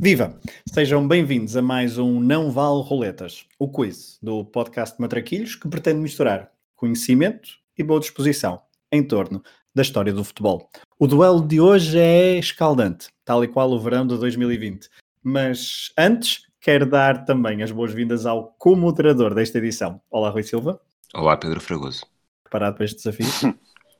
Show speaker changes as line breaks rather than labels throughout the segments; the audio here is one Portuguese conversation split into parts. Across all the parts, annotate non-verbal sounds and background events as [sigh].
Viva! Sejam bem-vindos a mais um Não Vale Roletas, o quiz do podcast Matraquilhos que pretende misturar conhecimento e boa disposição em torno da história do futebol. O duelo de hoje é escaldante, tal e qual o verão de 2020. Mas antes, quero dar também as boas-vindas ao co-moderador desta edição. Olá, Rui Silva.
Olá, Pedro Fragoso.
Preparado para este desafio?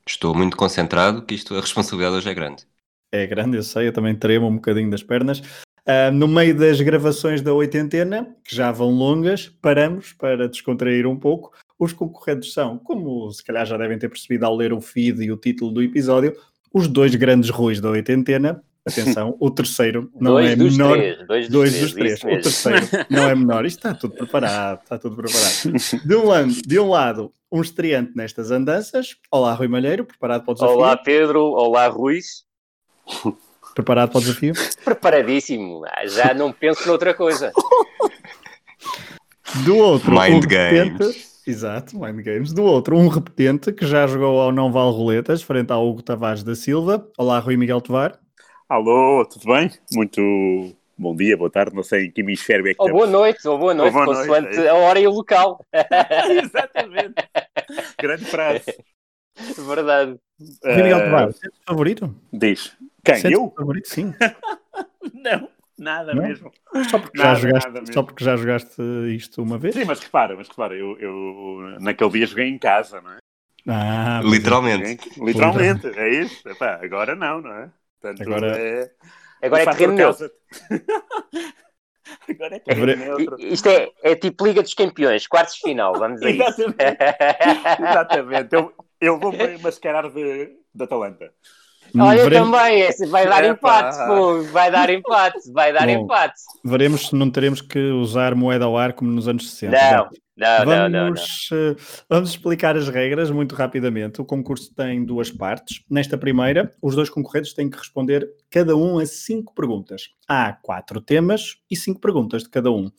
Estou muito concentrado, que isto a responsabilidade hoje é grande.
É grande, eu sei, eu também tremo um bocadinho das pernas. Uh, no meio das gravações da oitentena, que já vão longas, paramos para descontrair um pouco. Os concorrentes são, como se calhar já devem ter percebido ao ler o feed e o título do episódio, os dois grandes ruins da oitentena.
[laughs]
Atenção, o terceiro não
dois
é
dos
menor.
Três, dois dos
Dois dos
três,
três.
isso
O
mesmo.
terceiro não é menor. Isto está tudo preparado. Está tudo preparado. De um lado, de um, lado um estreante nestas andanças. Olá, Rui Malheiro, preparado para o desafio?
[laughs] Olá Pedro, olá Ruiz.
Preparado para o desafio?
Preparadíssimo, ah, já não penso noutra
[laughs]
coisa.
Do outro,
Mind
um
games.
repetente. Exato, Mind Games. Do outro, um repetente que já jogou ao Não Vale Roletas, frente ao Hugo Tavares da Silva. Olá, Rui Miguel Tovar.
Alô, tudo bem? Muito bom dia, boa tarde, não sei em que hemisfério é que
Ou Oh, boa noite, ou boa noite,
boa noite,
consoante
é isso.
a hora e o local.
estamos. [laughs] Exatamente. Grande frase.
Verdade.
Rui Miguel
Ah,
Tovar, sentes favorito?
Diz. Quem?
Sentes
Eu?
favorito, sim.
Não, nada
Não?
mesmo.
Só porque,
Nada,
já jogaste,
nada mesmo.
só porque já jogaste isto uma vez?
Sim, mas repara, mas repara, eu, eu naquele dia joguei em casa, não é?
Ah, pois é.
Literalmente.
Joguei em- Literalmente, é isso. Epá, agora não, não é? Portanto,
Agora-
é...
Agora é
fator
terreno neutro.
causa- [laughs] agora é terreno neutro.
I- Isto é, é tipo Liga dos Campeões, quartos de final, vamos a isso.
Exatamente. Exatamente. Eu, eu vou me mascarar de, de Atalanta.
[laughs] Olha,
veremos,
também, esse vai dar
Epá.
empate, pô, vai dar empate, vai dar
Bom,
empate.
veremos se não teremos que usar moeda ao ar como nos anos 60.
Não, não, não, não, não.
Vamos, eh, vamos explicar as regras muito rapidamente. O concurso tem duas partes. Nesta primeira, os dois concorrentes têm que responder cada um a cinco perguntas. Há quatro temas e cinco perguntas de cada um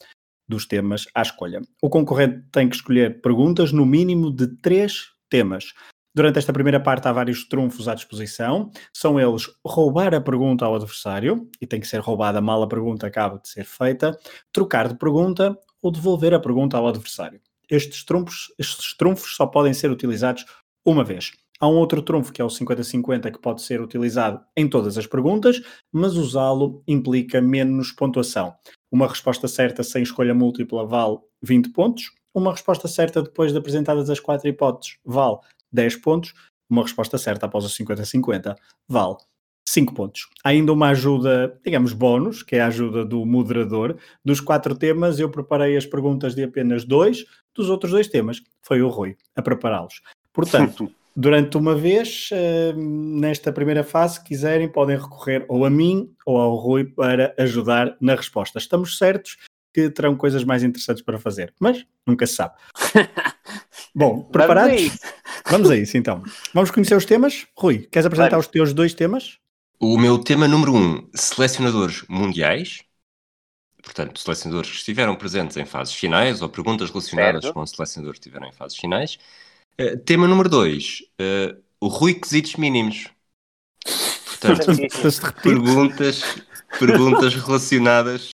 dos temas à escolha. O concorrente tem que escolher perguntas no mínimo de três temas. Durante esta primeira parte há vários trunfos à disposição. São eles roubar a pergunta ao adversário, e tem que ser roubada mal a pergunta acaba de ser feita, trocar de pergunta ou devolver a pergunta ao adversário. Estes trunfos, estes trunfos só podem ser utilizados uma vez. Há um outro trunfo que é o 50-50 que pode ser utilizado em todas as perguntas, mas usá-lo implica menos pontuação. Uma resposta certa sem escolha múltipla vale 20 pontos. Uma resposta certa depois de apresentadas as quatro hipóteses vale 10 pontos. Uma resposta certa após o 50-50 vale 5 pontos. Há ainda uma ajuda, digamos, bónus, que é a ajuda do moderador. Dos quatro temas, eu preparei as perguntas de apenas dois. Dos outros dois temas, foi o Rui a prepará-los. Portanto, durante uma vez, eh, nesta primeira fase, se quiserem, podem recorrer ou a mim ou ao Rui para ajudar na resposta. Estamos certos que terão coisas mais interessantes para fazer, mas nunca se
[laughs]
sabe. Bom, preparados?
Vamos a isso.
Vamos a isso então. Vamos conhecer os temas? Rui, queres apresentar
Vamos.
os teus dois temas?
O meu tema número um, selecionadores mundiais. Portanto, selecionadores que estiveram presentes em fases finais ou perguntas relacionadas
Certo.
com selecionadores que estiveram em fases finais. Eh, tema número dois, eh, o requisitos mínimos.
[laughs]
Portanto,
Para-se repetir.
perguntas, perguntas relacionadas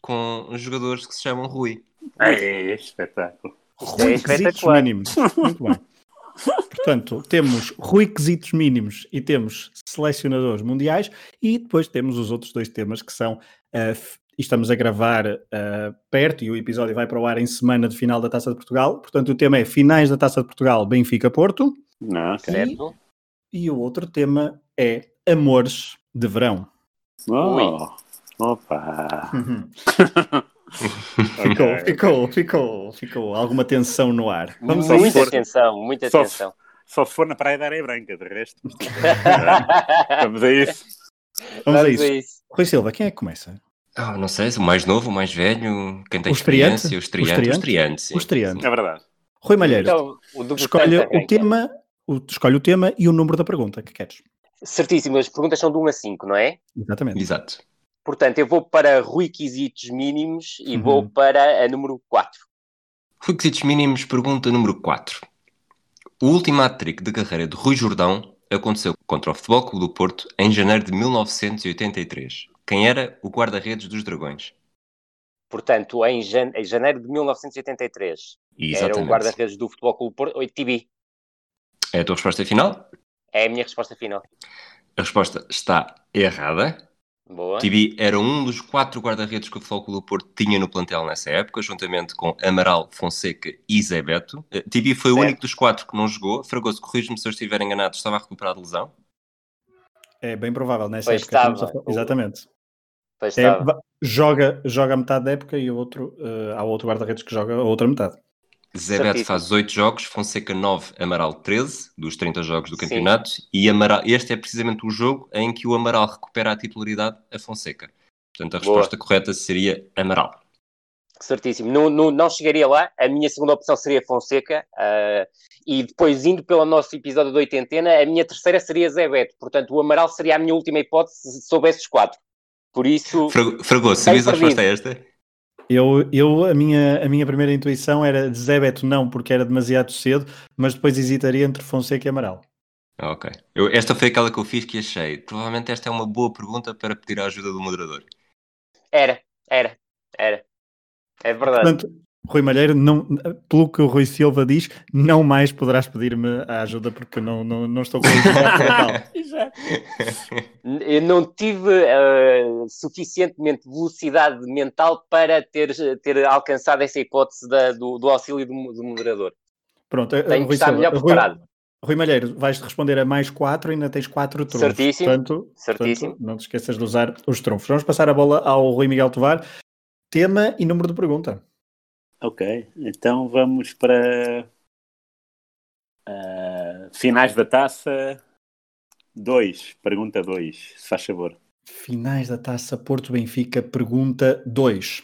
com jogadores que se chamam Rui.
É espetáculo.
é
Requisitos
espetacular.
mínimos. Muito bem. [laughs] Portanto, temos requisitos mínimos e temos selecionadores mundiais e depois temos os outros dois temas que são ah, f- e estamos a gravar ah, perto e o episódio vai para o ar em semana de final da Taça de Portugal. Portanto, o tema é finais da Taça de Portugal, Benfica Porto
Não,
Certo?
e o outro tema é amores de verão.
Oh, opa!
Ficou,
Ok.
ficou, ficou, ficou alguma tensão no ar. Vamos a
Muito.
Muita
for-
atenção, muita
só-
atenção.
[laughs] Só se for na Praia da Areia Branca, de resto.
[laughs]
Vamos a isso.
Vamos a isso.
isso.
Rui Silva, quem é que começa?
Ah, não sei, se o mais novo, o mais velho, quem tem
O estreante?
experiência, o
O
estreante, o
estreante?
estreante, sim.
O estreante.
É verdade.
Rui Malheiro,
Então, o debutante
escolhe o
arranca.
tema, o- escolhe o tema e o número da pergunta que queres.
Certíssimo, as perguntas são de 1 a 5, não é?
Exatamente.
Exato.
Portanto, eu vou para requisitos mínimos e
Uhum.
vou para a número 4.
Requisitos mínimos, pergunta número 4. O último hat-trick de carreira de Rui Jordão aconteceu contra o Futebol Clube do Porto em janeiro de 1983. Quem era o guarda-redes dos Dragões?
Portanto, em, jan- em janeiro de 1983,
E,
era o guarda-redes do Futebol Clube Porto, 8 TV.
É a tua resposta final?
É a minha resposta final.
A resposta está errada.
Boa.
Tibi era um dos quatro guarda-redes que o Futebol Clube do Porto tinha no plantel nessa época, juntamente com Amaral, Fonseca e Zé Beto. Eh, Tibi foi o
Certo.
único dos quatro que não jogou. Fragoso, corrijo-me se eu estiver enganado, estava a recuperar de lesão.
É bem provável, nessa
Pois
época. estamos
estava.
a fa- Exatamente.
Pois
É,
estava.
va- joga, joga a metade da época e o outro, eh, há outro guarda-redes que joga a outra metade.
Zé
Certíssimo.
Beto faz 8 jogos, Fonseca 9, Amaral 13, dos 30 jogos do
Sim.
campeonato. E Amaral, este é precisamente o jogo em que o Amaral recupera a titularidade a Fonseca. Portanto, a
Boa.
resposta correta seria Amaral.
Certíssimo. Não, não, não chegaria lá. A minha segunda opção seria Fonseca. ah, e depois, indo pelo nosso episódio da oitentena, a minha terceira seria Zé Beto. Portanto, o Amaral seria a minha última hipótese se soubesse os quatro. Por isso,
Fra- Fragoso, sabias a
perdido.
resposta a esta?
Eu, eu a, minha, a minha primeira intuição era Zé Beto não, porque era demasiado cedo, mas depois hesitaria entre Fonseca e Amaral.
Ah, Ok. Eu- esta foi aquela que eu fiz que achei. Provavelmente esta é uma boa pergunta para pedir a ajuda do moderador.
era, era, era. É verdade.
Portanto, Rui Malheiro, não, pelo que o Rui Silva diz, não mais poderás pedir-me a ajuda porque não, não, não estou
[laughs]
qualificado para tal.
N- Eu não tive ah, suficientemente velocidade mental para ter, ter alcançado essa hipótese da- do, do auxílio do, mo- do moderador.
Pronto, eh,
Tenho que
Rui
estar
Silva,
melhor
Rui-
preparado.
Rui Malheiro, vais responder a mais 4 e ainda tens 4 trunfos.
Certíssimo,
Portanto,
certíssimo.
portanto, não te esqueças de usar os trunfos. Vamos passar a bola ao Rui Miguel Tovar. Tema e número de pergunta.
Ok, então vamos para ah, finais da taça 2, pergunta 2, se faz favor.
Finais da Taça Porto Benfica, pergunta 2.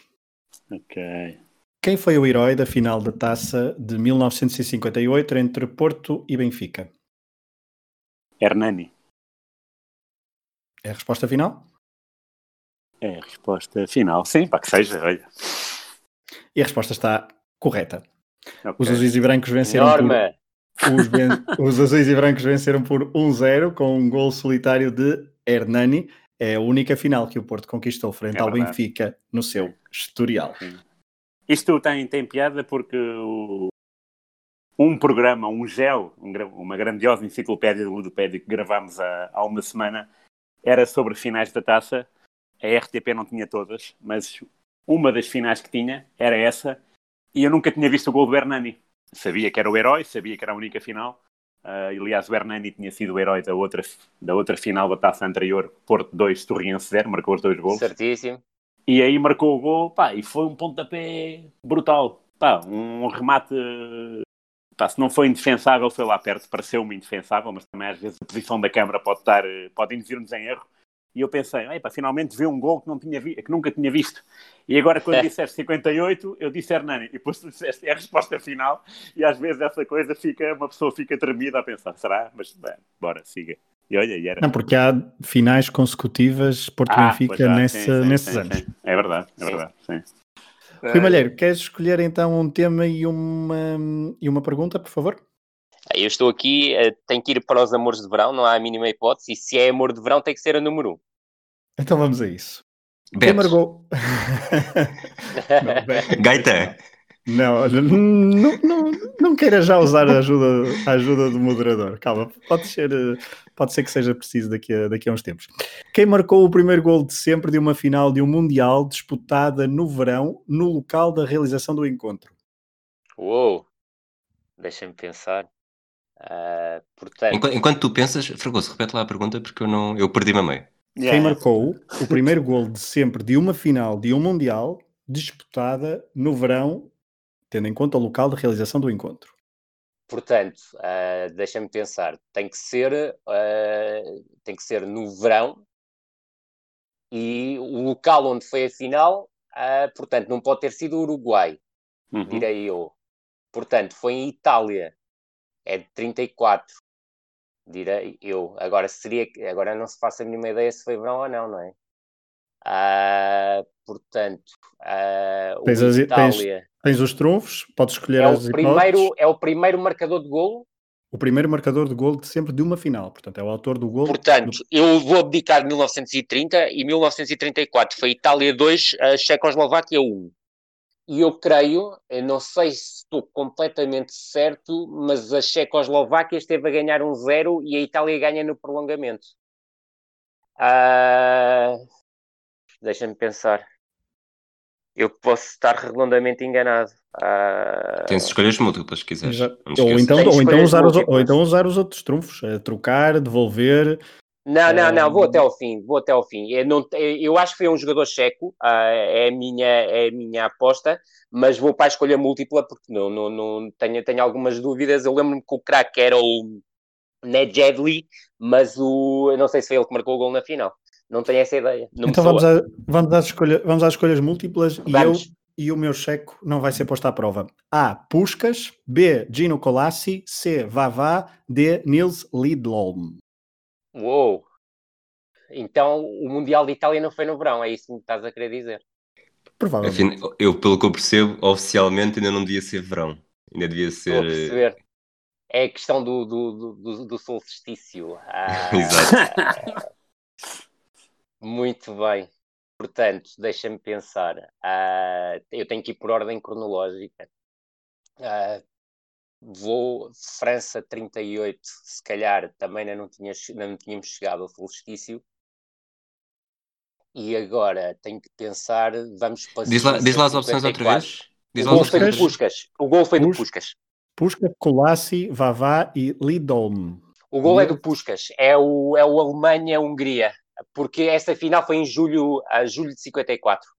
Ok.
Quem foi o herói da final da Taça de 1958 entre Porto e Benfica?
Hernani,
É a resposta final?
é a resposta final. Sim, para que seja, olha.
E a resposta está correta. Os
Ok.
azuis e brancos venceram por
Norma.
Os, ben- os azuis e brancos venceram por 1-0 com um gol solitário de Hernani. É a única final que o Porto conquistou frente
É
ao
verdade.
Benfica no seu historial.
Isto tem, tem piada porque o- um programa, um gel, um gra- uma grandiosa enciclopédia do Ludopédia que gravámos há, há uma semana, era sobre finais da taça. A RTP não tinha todas, mas uma das finais que tinha era essa. E eu nunca tinha visto o gol do Hernani. Sabia que era o herói, sabia que era a única final. Ah, aliás, o Hernani tinha sido o herói da outra, da outra final da taça anterior, Porto 2, Torriense 0, marcou os dois gols.
Certíssimo.
E aí marcou o gol, pá, e foi um pontapé brutal. Pá, um remate, pá, se não foi indefensável, foi lá perto, pareceu-me indefensável, mas também às vezes a posição da câmara pode estar, eh, pode induzir-nos em erro. E eu pensei, "Ei, pá, finalmente vi um gol que, não tinha vi- que nunca tinha visto. E agora quando disseste 58, eu disse Hernani, e depois tu disseste, é a resposta final, e às vezes essa coisa fica, uma pessoa fica tremida a pensar, será? Mas, bem, bora, siga. E olha, e era...
Não, porque há finais consecutivas
Ah, pois
Porto-Benfica
já,
nessa-
sim, sim,
nesses
sim,
anos.
sim. É verdade, é
Sim.
verdade, sim.
Eh,
Rui Malheiro, queres escolher então um tema e uma, e uma pergunta, por favor?
Eu estou aqui, eh, tenho que ir para os amores de verão, não há a mínima hipótese. E se é amor de verão, tem que ser a número um.
Então vamos a isso. Quem
Beto,
[laughs]
marcou? Não, Beto.
Gaita,
Não, não, não, não queira já usar a ajuda, a ajuda do moderador. Calma, pode ser, eh, pode ser que seja preciso daqui a, daqui a uns tempos. Quem marcou o primeiro gol de sempre de uma final de um Mundial disputada no verão, no local da realização do encontro?
[laughs] Uou! Deixa-me pensar. Ah, portanto,
enquanto, enquanto tu pensas, Fragoso, repete lá a pergunta porque eu, não, eu perdi-me a meio.
Quem
Yeah.
marcou o primeiro gol de sempre de uma final de um Mundial disputada no verão, tendo em conta o local da realização do encontro?
portanto ah, deixa-me pensar. Tem que ser, ah, tem que ser no verão e o local onde foi a final, ah, portanto, não pode ter sido o Uruguai,
Uhum.
direi eu. Portanto, foi em Itália. É de 34. direi eu. Agora seria que- agora não se faça a mínima ideia se foi verão ou não, não é? Ah, portanto, ah, o
Tens as- tens-
Itália
Tens os trunfos, podes escolher
é
as
o
hipóteses.
primeiro é o primeiro marcador de golo.
O primeiro marcador de gol de sempre de uma final. Portanto, é o autor do gol.
Portanto, eu vou abdicar de 1930 e 1934 foi Itália 2, a Checoslováquia 1. E eu creio, eu não sei se estou completamente certo, mas a Checoslováquia esteve a ganhar um zero e a Itália ganha no prolongamento. Ah, Deixa-me pensar. Eu posso estar redondamente enganado. Ah,
Tens escolhas múltiplas, se quiseres.
Já-
Não te
Ou
esqueças.
então,
Tem
ou, então
escolhas
usar os,
múltiplas.
ou então usar os outros trunfos. eh, trocar, devolver.
Não, não,
Ah,
não, vou até ao fim, vou até ao fim. Eu, não, eu eu acho que foi um jogador checo, ah, é, a minha, é a minha aposta, mas vou para a escolha múltipla porque não, não, não tenho, tenho algumas dúvidas. Eu lembro-me que o craque era o Nedjedli, mas o, eu não sei se foi ele que marcou o gol na final. Não tenho essa ideia. Não me
então
soa.
vamos, à- vamos, às escolha- vamos às escolhas múltiplas e eu
Vamos.
e o meu checo não vai ser posto à prova. A. Puskas. B. Gino Colassi. C. Vavá. D. Nils Lidlholm.
Uou! Então o Mundial de Itália não foi no verão, é isso que me estás a querer dizer.
Provavelmente.
Afinal, eu, pelo que eu percebo, oficialmente ainda não devia ser verão. Ainda devia
Estou a
ser.
perceber. É a questão do, do, do, do, do
[laughs]
solstício. Ah,
Exato.
Muito bem. Portanto, deixa-me pensar. Ah, eu tenho que ir por ordem cronológica. Ah, vou França 38, se calhar também ainda não, tinha, che- ainda não tínhamos chegado ao solstício. E agora tenho que pensar, vamos para
eh, Diz lá, diz lá as
Suíça
opções outra
54.
vez.
O
Diz lá as
gol foi
opções
Puskas.
do
outra vez.
Puskas. O gol foi do
Pus-
Puskas.
Puskas, Colassi, Vavá e Lidlholm.
O gol é do Puskas, é o, é o Alemanha-Hungria, porque essa final foi em julho, a julho de 54.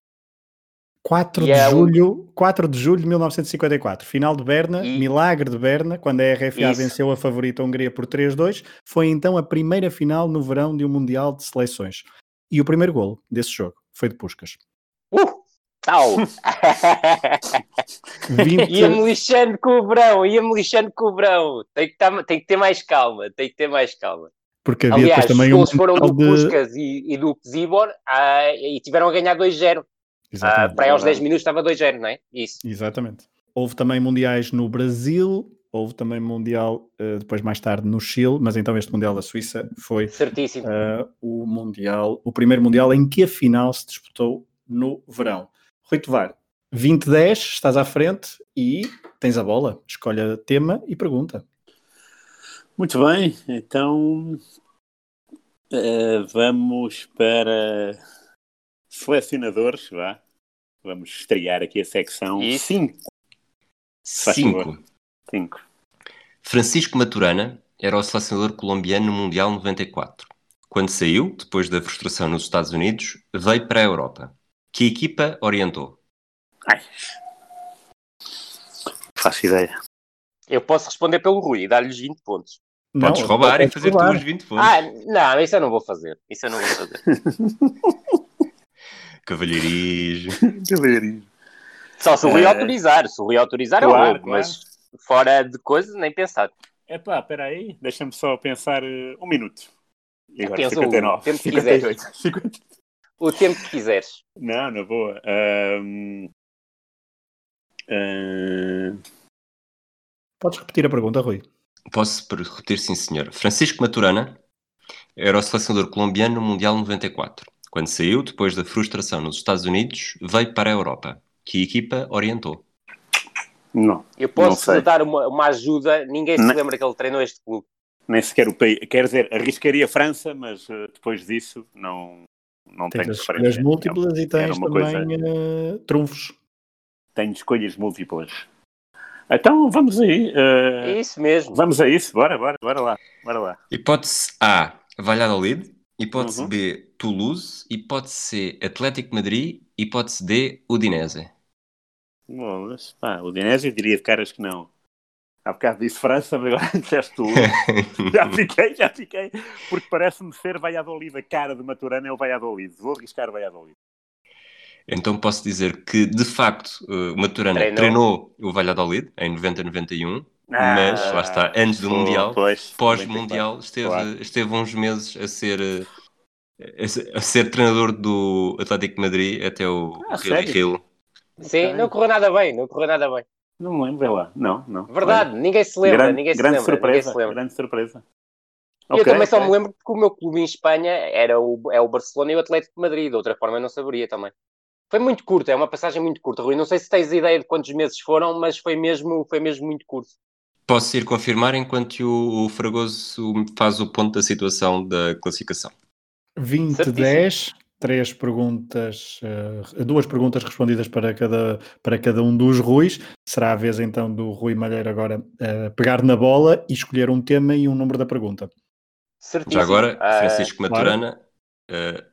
4
E
de,
é um-
julho, 4 de julho de 1954, final de Berna,
E-
milagre de Berna, quando a RFA
Isso.
venceu a favorita Hungria por 3-2, foi então a primeira final no verão de um Mundial de Seleções. E o primeiro golo desse jogo foi de
[laughs]
Puskas.
Uh! Tal!
[laughs] 20,
ia-me lixando com o verão, ia-me lixando com o verão. Tem que, tá- tem que ter mais calma, tem que ter mais calma.
porque havia
Aliás,
depois também um
os gols foram
Mundial
do
de...
Puskas e, e do Zibor ah, e tiveram a ganhar 2-0. Ah,
Exatamente.
para aí aos 10 minutos estava 2-0, não é? Isso.
Exatamente. Houve também mundiais no Brasil, houve também mundial eh, depois mais tarde no Chile, mas então este mundial da Suíça foi
Certíssimo.
eh, o mundial, o primeiro mundial em que a final se disputou no verão. Rui Tovar, 20-10, estás à frente e tens a bola. Escolha tema e pergunta.
Muito bem, então eh, vamos para selecionadores, vá. Vamos estrear aqui a secção
Isso.
5. Faz favor.
5.
5.
Francisco Maturana era o selecionador colombiano no Mundial 94. Quando saiu, depois da frustração nos Estados Unidos, veio para a Europa. Que equipa orientou?
Ai. Faço [laughs] ideia.
Eu posso responder pelo Rui e dar-lhes 20 pontos.
Podes
Não,
roubar e
podes
fazer
roubar.
tu os 20 pontos.
Ah, não, isso eu não vou fazer. Isso eu não vou fazer.
Cavalheirismo. [laughs]
Só se o Rui
É.
autorizar. Se o Rui autorizar, eu
Claro,
roubo,
claro.
mas fora de coisa, nem pensar.
Epá, peraí, deixa-me só pensar eh, um minuto. E agora
Pensa o
59.
tempo que
58. [laughs] 50.
O tempo que quiseres.
Não, na boa. Ahm, ahm,
Podes repetir a pergunta, Rui.
Posso per- repetir, sim, senhor. Francisco Maturana era o selecionador colombiano no Mundial 94. Quando saiu, depois da frustração nos Estados Unidos, veio para a Europa. Que equipa orientou?
não,
Eu
Não
posso
sei.
lhe dar uma, uma ajuda. Ninguém se
Não.
lembra que ele treinou este clube.
nem sequer o país. Quer dizer, arriscaria a França, mas eh, depois disso não, não
Tens
tenho
as
referência.
escolhas múltiplas e
era
tens
uma
também
coisa-
eh, trunfos.
Tenho escolhas múltiplas. Então vamos aí. eh,
É isso mesmo.
Vamos a isso, bora, bora, bora lá, bora lá.
Hipótese A, Valladolid. Hipótese
Uhum.
B, Toulouse. Hipótese C, Atlético de Madrid. Hipótese D, Udinese.
Bom, mas, pá, o Dinésio diria de caras que não. Há bocado disse França, mas agora [laughs] disseste tu.
[laughs]
já fiquei, já fiquei. Porque parece-me ser Valladolid, a cara de Maturana é o Valladolid. Vou arriscar Valladolid.
então posso dizer que, de facto, eh, o Maturana
Treinou.
treinou. o Valladolid em 90-91, mas
Ah,
lá está, antes do
pô,
Mundial,
pois,
pós-mundial, esteve,
claro.
esteve uns meses a ser, eh, a ser- a ser treinador do Atlético de Madrid até o
Ah,
Hill
sério?
Hill.
Sim, não correu nada bem, não correu nada bem.
Não me lembro, vê lá. Não, não.
Verdade, ninguém se lembra,
grande,
ninguém se
grande
lembra. ninguém
surpresa,
se lembra.
grande surpresa.
E eu também só me lembro porque o meu clube em Espanha era o, é o Barcelona e o Atlético de Madrid, de outra forma eu não saberia também. Foi muito curto, é uma passagem muito curta, Rui. Não sei se tens ideia de quantos meses foram, mas foi mesmo, foi mesmo muito curto.
Posso ir confirmar enquanto o, o Fragoso faz o ponto da situação da classificação.
20,
Certíssimo.
10, três perguntas, eh, duas perguntas respondidas para cada, para cada um dos Ruis. Será a vez então do Rui Malheiro agora eh, pegar na bola e escolher um tema e um número da pergunta.
Certíssimo.
Já agora,
Ah,
Francisco
claro.
Maturana eh,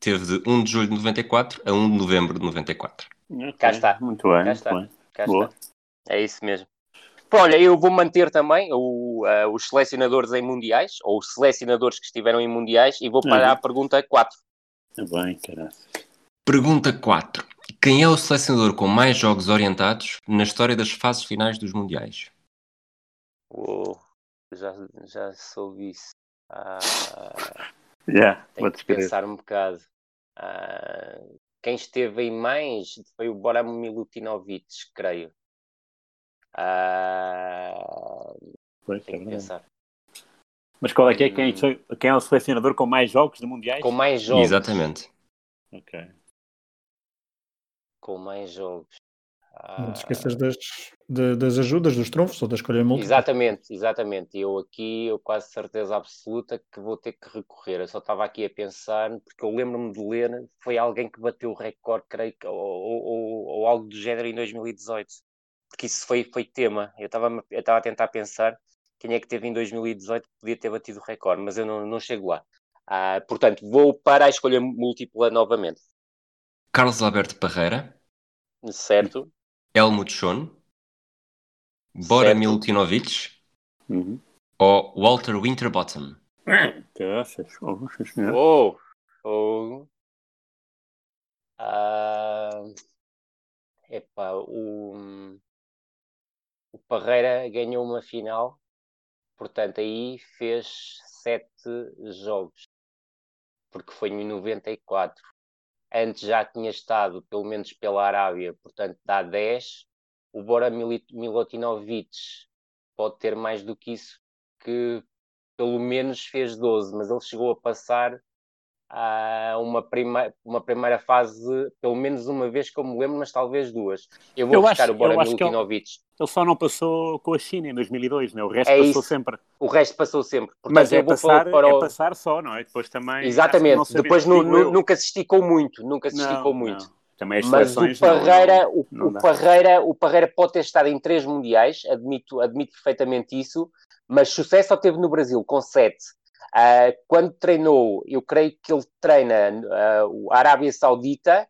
teve de 1 de julho de 94 a 1 de novembro de 94.
lembro.
Cá está.
Muito bem,
Cá
muito
está.
bem.
cá
Boa.
está. É isso mesmo. Pô, olha, eu vou manter também o, ah, os selecionadores em mundiais, ou os selecionadores que estiveram em mundiais, e vou para
Uhum.
a pergunta 4.
Muito Tá bem, caralho.
Pergunta 4. Quem é o selecionador com mais jogos orientados na história das fases finais dos Mundiais?
Uou, já, já soube isso. Ah,
Já,
tenho
vou-te
que
escrever.
pensar um bocado. Ah, quem esteve em mais foi o Boran Milutinovic, creio. Ah,
Pois, é
tenho que
verdade.
pensar.
Mas qual é que é quem, quem é o selecionador com mais jogos de mundiais?
Com mais jogos.
Exatamente.
Ok.
Com mais jogos. Ah,
Não te esqueças das, de- das ajudas, dos trunfos ou da escolha múltipla.
Exatamente, exatamente. Eu aqui, eu quase certeza absoluta que vou ter que recorrer. Eu só estava aqui a pensar, porque eu lembro-me de ler, foi alguém que bateu o recorde, creio que, ou, ou- ou- ou algo do género em 2018. Porque isso foi, foi tema. Eu estava eu estava a tentar pensar quem é que teve em 2018 que podia ter batido o recorde, mas eu não, não chego lá. Ah, portanto, vou para a escolha múltipla novamente.
Carlos Alberto Parreira,
Certo?
Helmut Schoen, Bora
Certo.
Milutinovic
Uhum.
ou Walter Winterbottom?
Caraças, oh, sim, senhor.
Oh, oh. Ah, epá, o, o Parreira ganhou uma final, portanto, aí fez sete jogos, porque foi em 94. Antes já tinha estado, pelo menos pela Arábia, portanto, dá 10. O Bora Mili- Milutinovic pode ter mais do que isso, que pelo menos fez 12, mas ele chegou a passar a uma, prima, uma primeira fase, pelo menos uma vez que eu me lembro, mas talvez duas. Eu vou
Eu
buscar
acho-
o Bora
eu acho que é ele-
Milutinovic.
Ele só não passou com a China em 2002, né? o resto
É
passou
isso.
sempre.
O resto passou sempre. Portanto,
Mas é
eu vou
passar,
para
é
o-
passar só, não é? Depois também.
Exatamente.
acho que não
Depois
sabia,
nu-
digo
nu-
eu.
nunca se esticou muito, nunca se
Não,
esticou
não.
muito.
Também as
Mas o
seleções. é não-
Parreira, o,
não
o
dá.
Parreira, o Parreira pode ter estado em três mundiais, admito, admito perfeitamente isso, mas sucesso só teve no Brasil, com sete. Ah, quando treinou, eu creio que ele treina ah, o Arábia Saudita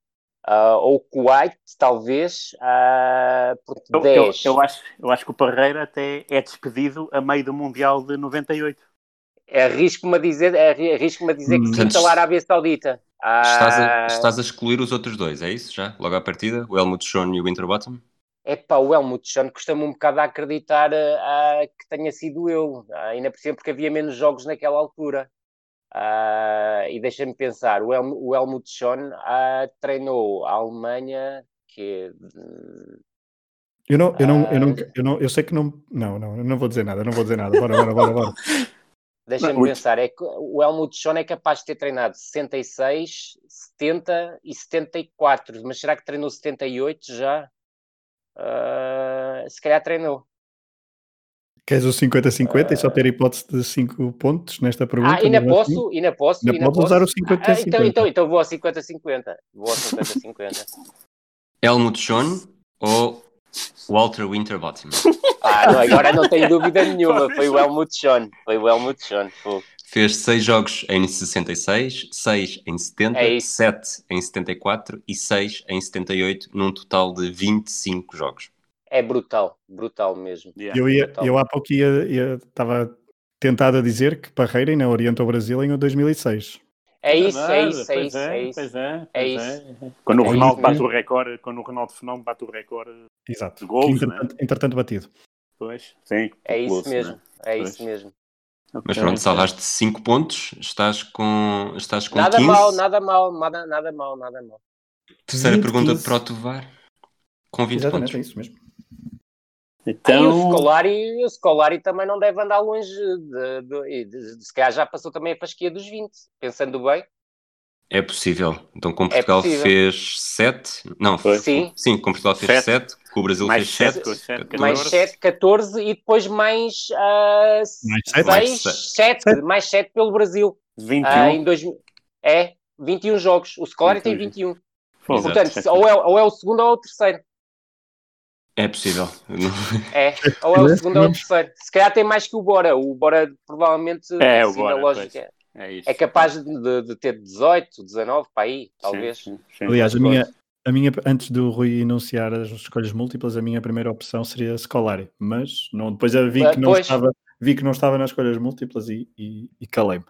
ah, ou Kuwait, talvez, ah, por
Eu, eu-
10.
eu acho, eu acho que o Parreira até é despedido a meio do Mundial de 98.
Arrisco-me É a dizer, é arri- arrisco-me a dizer que
Hum.
sim pela Arábia Saudita.
Estás a,
Ah,
estás a excluir os outros dois, é isso já? Logo à partida? O Helmut Schoen e o Winterbottom?
Epá, o Helmut Schoen custa-me um bocado a acreditar ah, ah, que tenha sido eu, Ah, ainda por cima porque havia menos jogos naquela altura. Ah, e deixa-me pensar, o, Helm- o Helmut Schoen ah, treinou a Alemanha, que hum,
Eu não, eu não, eu não,
Ah.
eu não, eu sei que não, não, não, eu não vou dizer nada, eu não vou dizer nada. Bora, bora, bora,
[laughs]
bora.
deixa-me
Muito.
pensar, é que o Helmut Schoen é capaz de ter treinado 66, 70 e 74, mas será que treinou 78 já? Ah, se calhar treinou.
Queres o 50-50 e só ter hipótese de 5 pontos nesta pergunta?
Ah, ainda
mesmo assim?
posso, ainda posso,
Ainda
ainda
podes
posso.
usar o
Ah, então,
50-50.
então, então vou ao 50-50. Vou ao 50-50.
Helmut Schoen ou Walter Winterbottom?
Ah, não, agora não tenho dúvida nenhuma. Foi o Helmut Schoen. Foi o Helmut Schoen. Pô.
Fez 6 jogos em 66, 6 em 70,
É isso.
7 em 74 e 6 em 78, num total de 25 jogos.
É brutal, brutal mesmo.
Yeah.
Eu, ia,
Total.
eu há pouco ia- ia- estava tentado a dizer que Parreira ainda orienta o Brasil em um 2006.
É isso, é
verdade,
isso, é
pois
isso, é isso.
pois é,
É
pois
isso.
é. Quando o
É
Ronaldo
isso
bate
mesmo.
o recorde, quando o Ronaldo Fenómeno bate o recorde,
Exato.
De gols, né?
Que entretanto, entretanto batido.
pois. Sim,
É isso
gols, né?
mesmo, é isso
Pois.
mesmo.
Ok,
Então,
Mas pronto,
é
ok.
salvaste 5 pontos, estás com, estás com
Nada
15.
mal, nada mal, nada, nada mal, nada mal.
Terceira
20,
pergunta
15.
para o Tovar, com 20
Exatamente, é
pontos.
isso mesmo.
Então... E o Scolari, o Scolari também não deve andar longe, de, de, de, de, se calhar já passou também a fasquia dos 20, pensando bem.
É possível. Então, com Portugal é fez 7, não, foi. Sim. sim, com Portugal fez 7, com o Brasil
mais
fez
7, 7
mais 7, 14 e depois mais, uh, 6, mais 6, 7, 7, mais 7 pelo Brasil.
21.
Uh, em dois, é, 21 jogos. O Scolari tem 21. Pô, Portanto, Exato. ou é, ou é o segundo ou é o terceiro.
É possível. [laughs]
É, ou é o segundo ou o terceiro. Se calhar tem mais que o Bora. O Bora provavelmente, assim,
é, o Bora,
lógica, é, é, capaz de, de, ter 18, 19 para aí, talvez. Sim,
sim. Aliás, a minha, a minha, antes do Rui enunciar as escolhas múltiplas, a minha primeira opção seria Scolari, mas não, depois eu vi que não pois. estava. Vi que não estava nas escolhas múltiplas e, e, e [laughs] calei-me.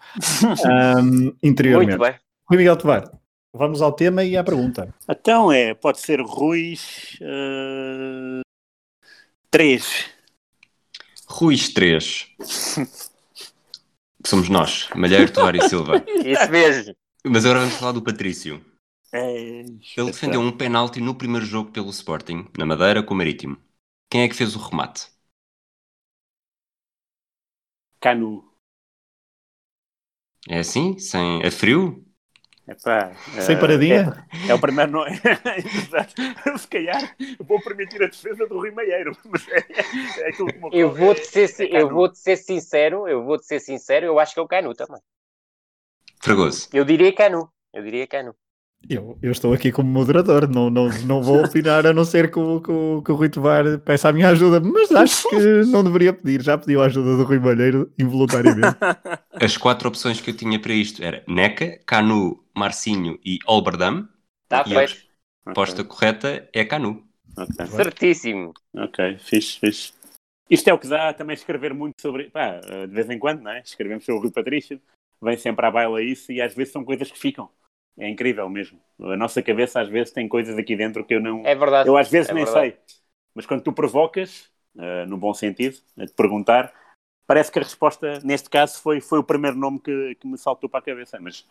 um, interiormente. Muito bem. Rui Miguel Tovar, Vamos ao tema e à pergunta.
[laughs] Então é, pode ser eh, Ruiz 3.
Uh, Ruiz
[laughs]
3. Somos nós, Malheiro, Tovar e Silva.
[laughs] Isso mesmo.
Mas agora vamos falar do Patrício. É... Ele defendeu um penalti no primeiro jogo pelo Sporting, na Madeira com o Marítimo. Quem é que fez o remate?
Canu.
É assim? Sem... A frio?
Epá,
Sem paradinha?
É, é o primeiro [laughs] nome. Se calhar vou permitir a defesa do Rui Malheiro. [laughs] É, é
eu vou te ser, eu vou -te ser sincero, eu vou te ser sincero, eu acho que é o Canu também.
Fragoso.
Eu diria Canu, eu diria Canu.
Eu, eu estou aqui como moderador, não, não, não vou opinar a não ser que o, que, o, que o Rui Tovar peça a minha ajuda, mas acho que [laughs] não deveria pedir, já pediu a ajuda do Rui Malheiro involuntariamente.
As quatro opções que eu tinha para isto era Neca, Canu, Marcinho e Alberdam.
Tá
e a resposta okay. correta é Canu.
Okay. Certíssimo.
Ok, fixe, fixe. Isto é o que dá também escrever muito sobre. Pá, de vez em quando, não é? Escrevemos sobre o Rui Patrício, vem sempre à baila isso e às vezes são coisas que ficam. É incrível mesmo. A nossa cabeça às vezes tem coisas aqui dentro que eu não.
É verdade.
Eu às vezes
é
nem
verdade.
sei. Mas quando tu provocas, uh, no bom sentido, a te perguntar, parece que a resposta, neste caso, foi, foi o primeiro nome que, que me saltou para a cabeça. Mas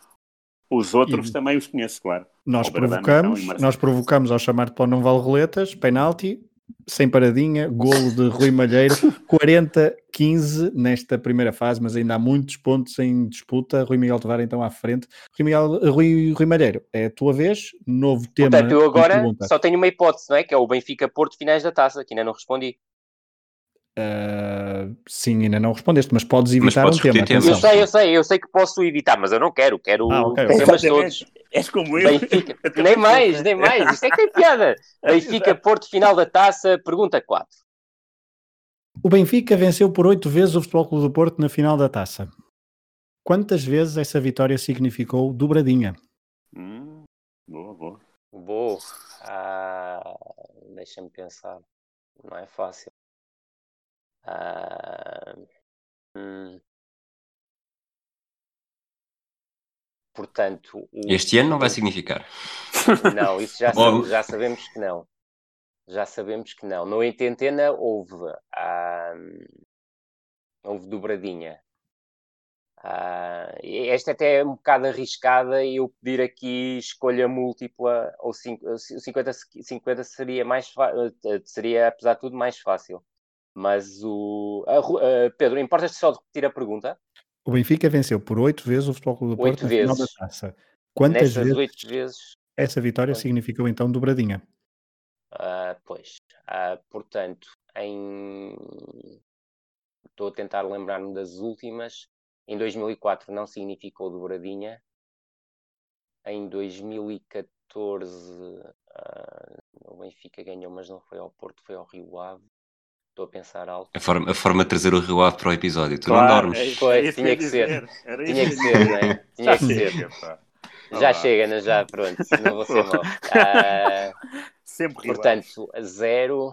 os outros e... também os conheço, claro.
Nós Ou provocamos, verdade, então, nós provocamos ao chamar para o não vale roletas, penalti, sem paradinha, golo de Rui [laughs] Malheiro, 40-15 nesta primeira fase, mas ainda há muitos pontos em disputa. Rui Miguel Tovar então à frente. Rui, Miguel, Rui, Rui Malheiro, é a tua vez, novo tema.
Portanto, eu agora só tenho uma hipótese, não é? Que é o Benfica Porto finais da taça, que ainda não respondi.
Uh, sim, ainda não respondeste, mas podes evitar mas podes um tema. tema.
Eu sei, eu sei, eu sei que posso evitar, mas eu não quero, quero ah, okay, temas todos.
És como eu. [laughs]
Benfica. nem mais, nem mais. Isto é que tem piada. Benfica, Porto, final da taça, pergunta 4.
O Benfica venceu por oito vezes o Futebol Clube do Porto na final da taça. Quantas vezes essa vitória significou dobradinha?
Hum, boa, boa.
Boa. Ah, Deixa-me pensar. Não é fácil. Ah, hum. Portanto,
o... este ano não vai significar.
Não, isso já, sabe, já, sabemos que não. Já sabemos que não. No Ententena houve, ah, houve dobradinha. Ah, esta até é um bocado arriscada e eu pedir aqui escolha múltipla ou 50, 50 seria mais eh, seria apesar de tudo mais fácil. Mas o a, a, Pedro, importas-te só de repetir a pergunta?
O Benfica venceu por oito vezes o Futebol Clube do Porto
oito vezes.
na final da taça. Quantas
Nestas vezes, vezes,
essa vitória pois. significou então dobradinha?
Ah, pois, ah, portanto, em... estou a tentar lembrar-me das últimas. Em 2004 não significou dobradinha. Em 2014 ah, o Benfica ganhou, mas não foi ao Porto, foi ao Rio Ave. Estou a pensar algo.
A forma, a forma de trazer o Rio Ave para o episódio. Tu claro, não dormes.
Foi, é tinha que ser. Tinha que ser, não é? Tinha que ser. Já chega, não, já, pronto. Não vou ser mau. Ah,
Sempre
Portanto, zero.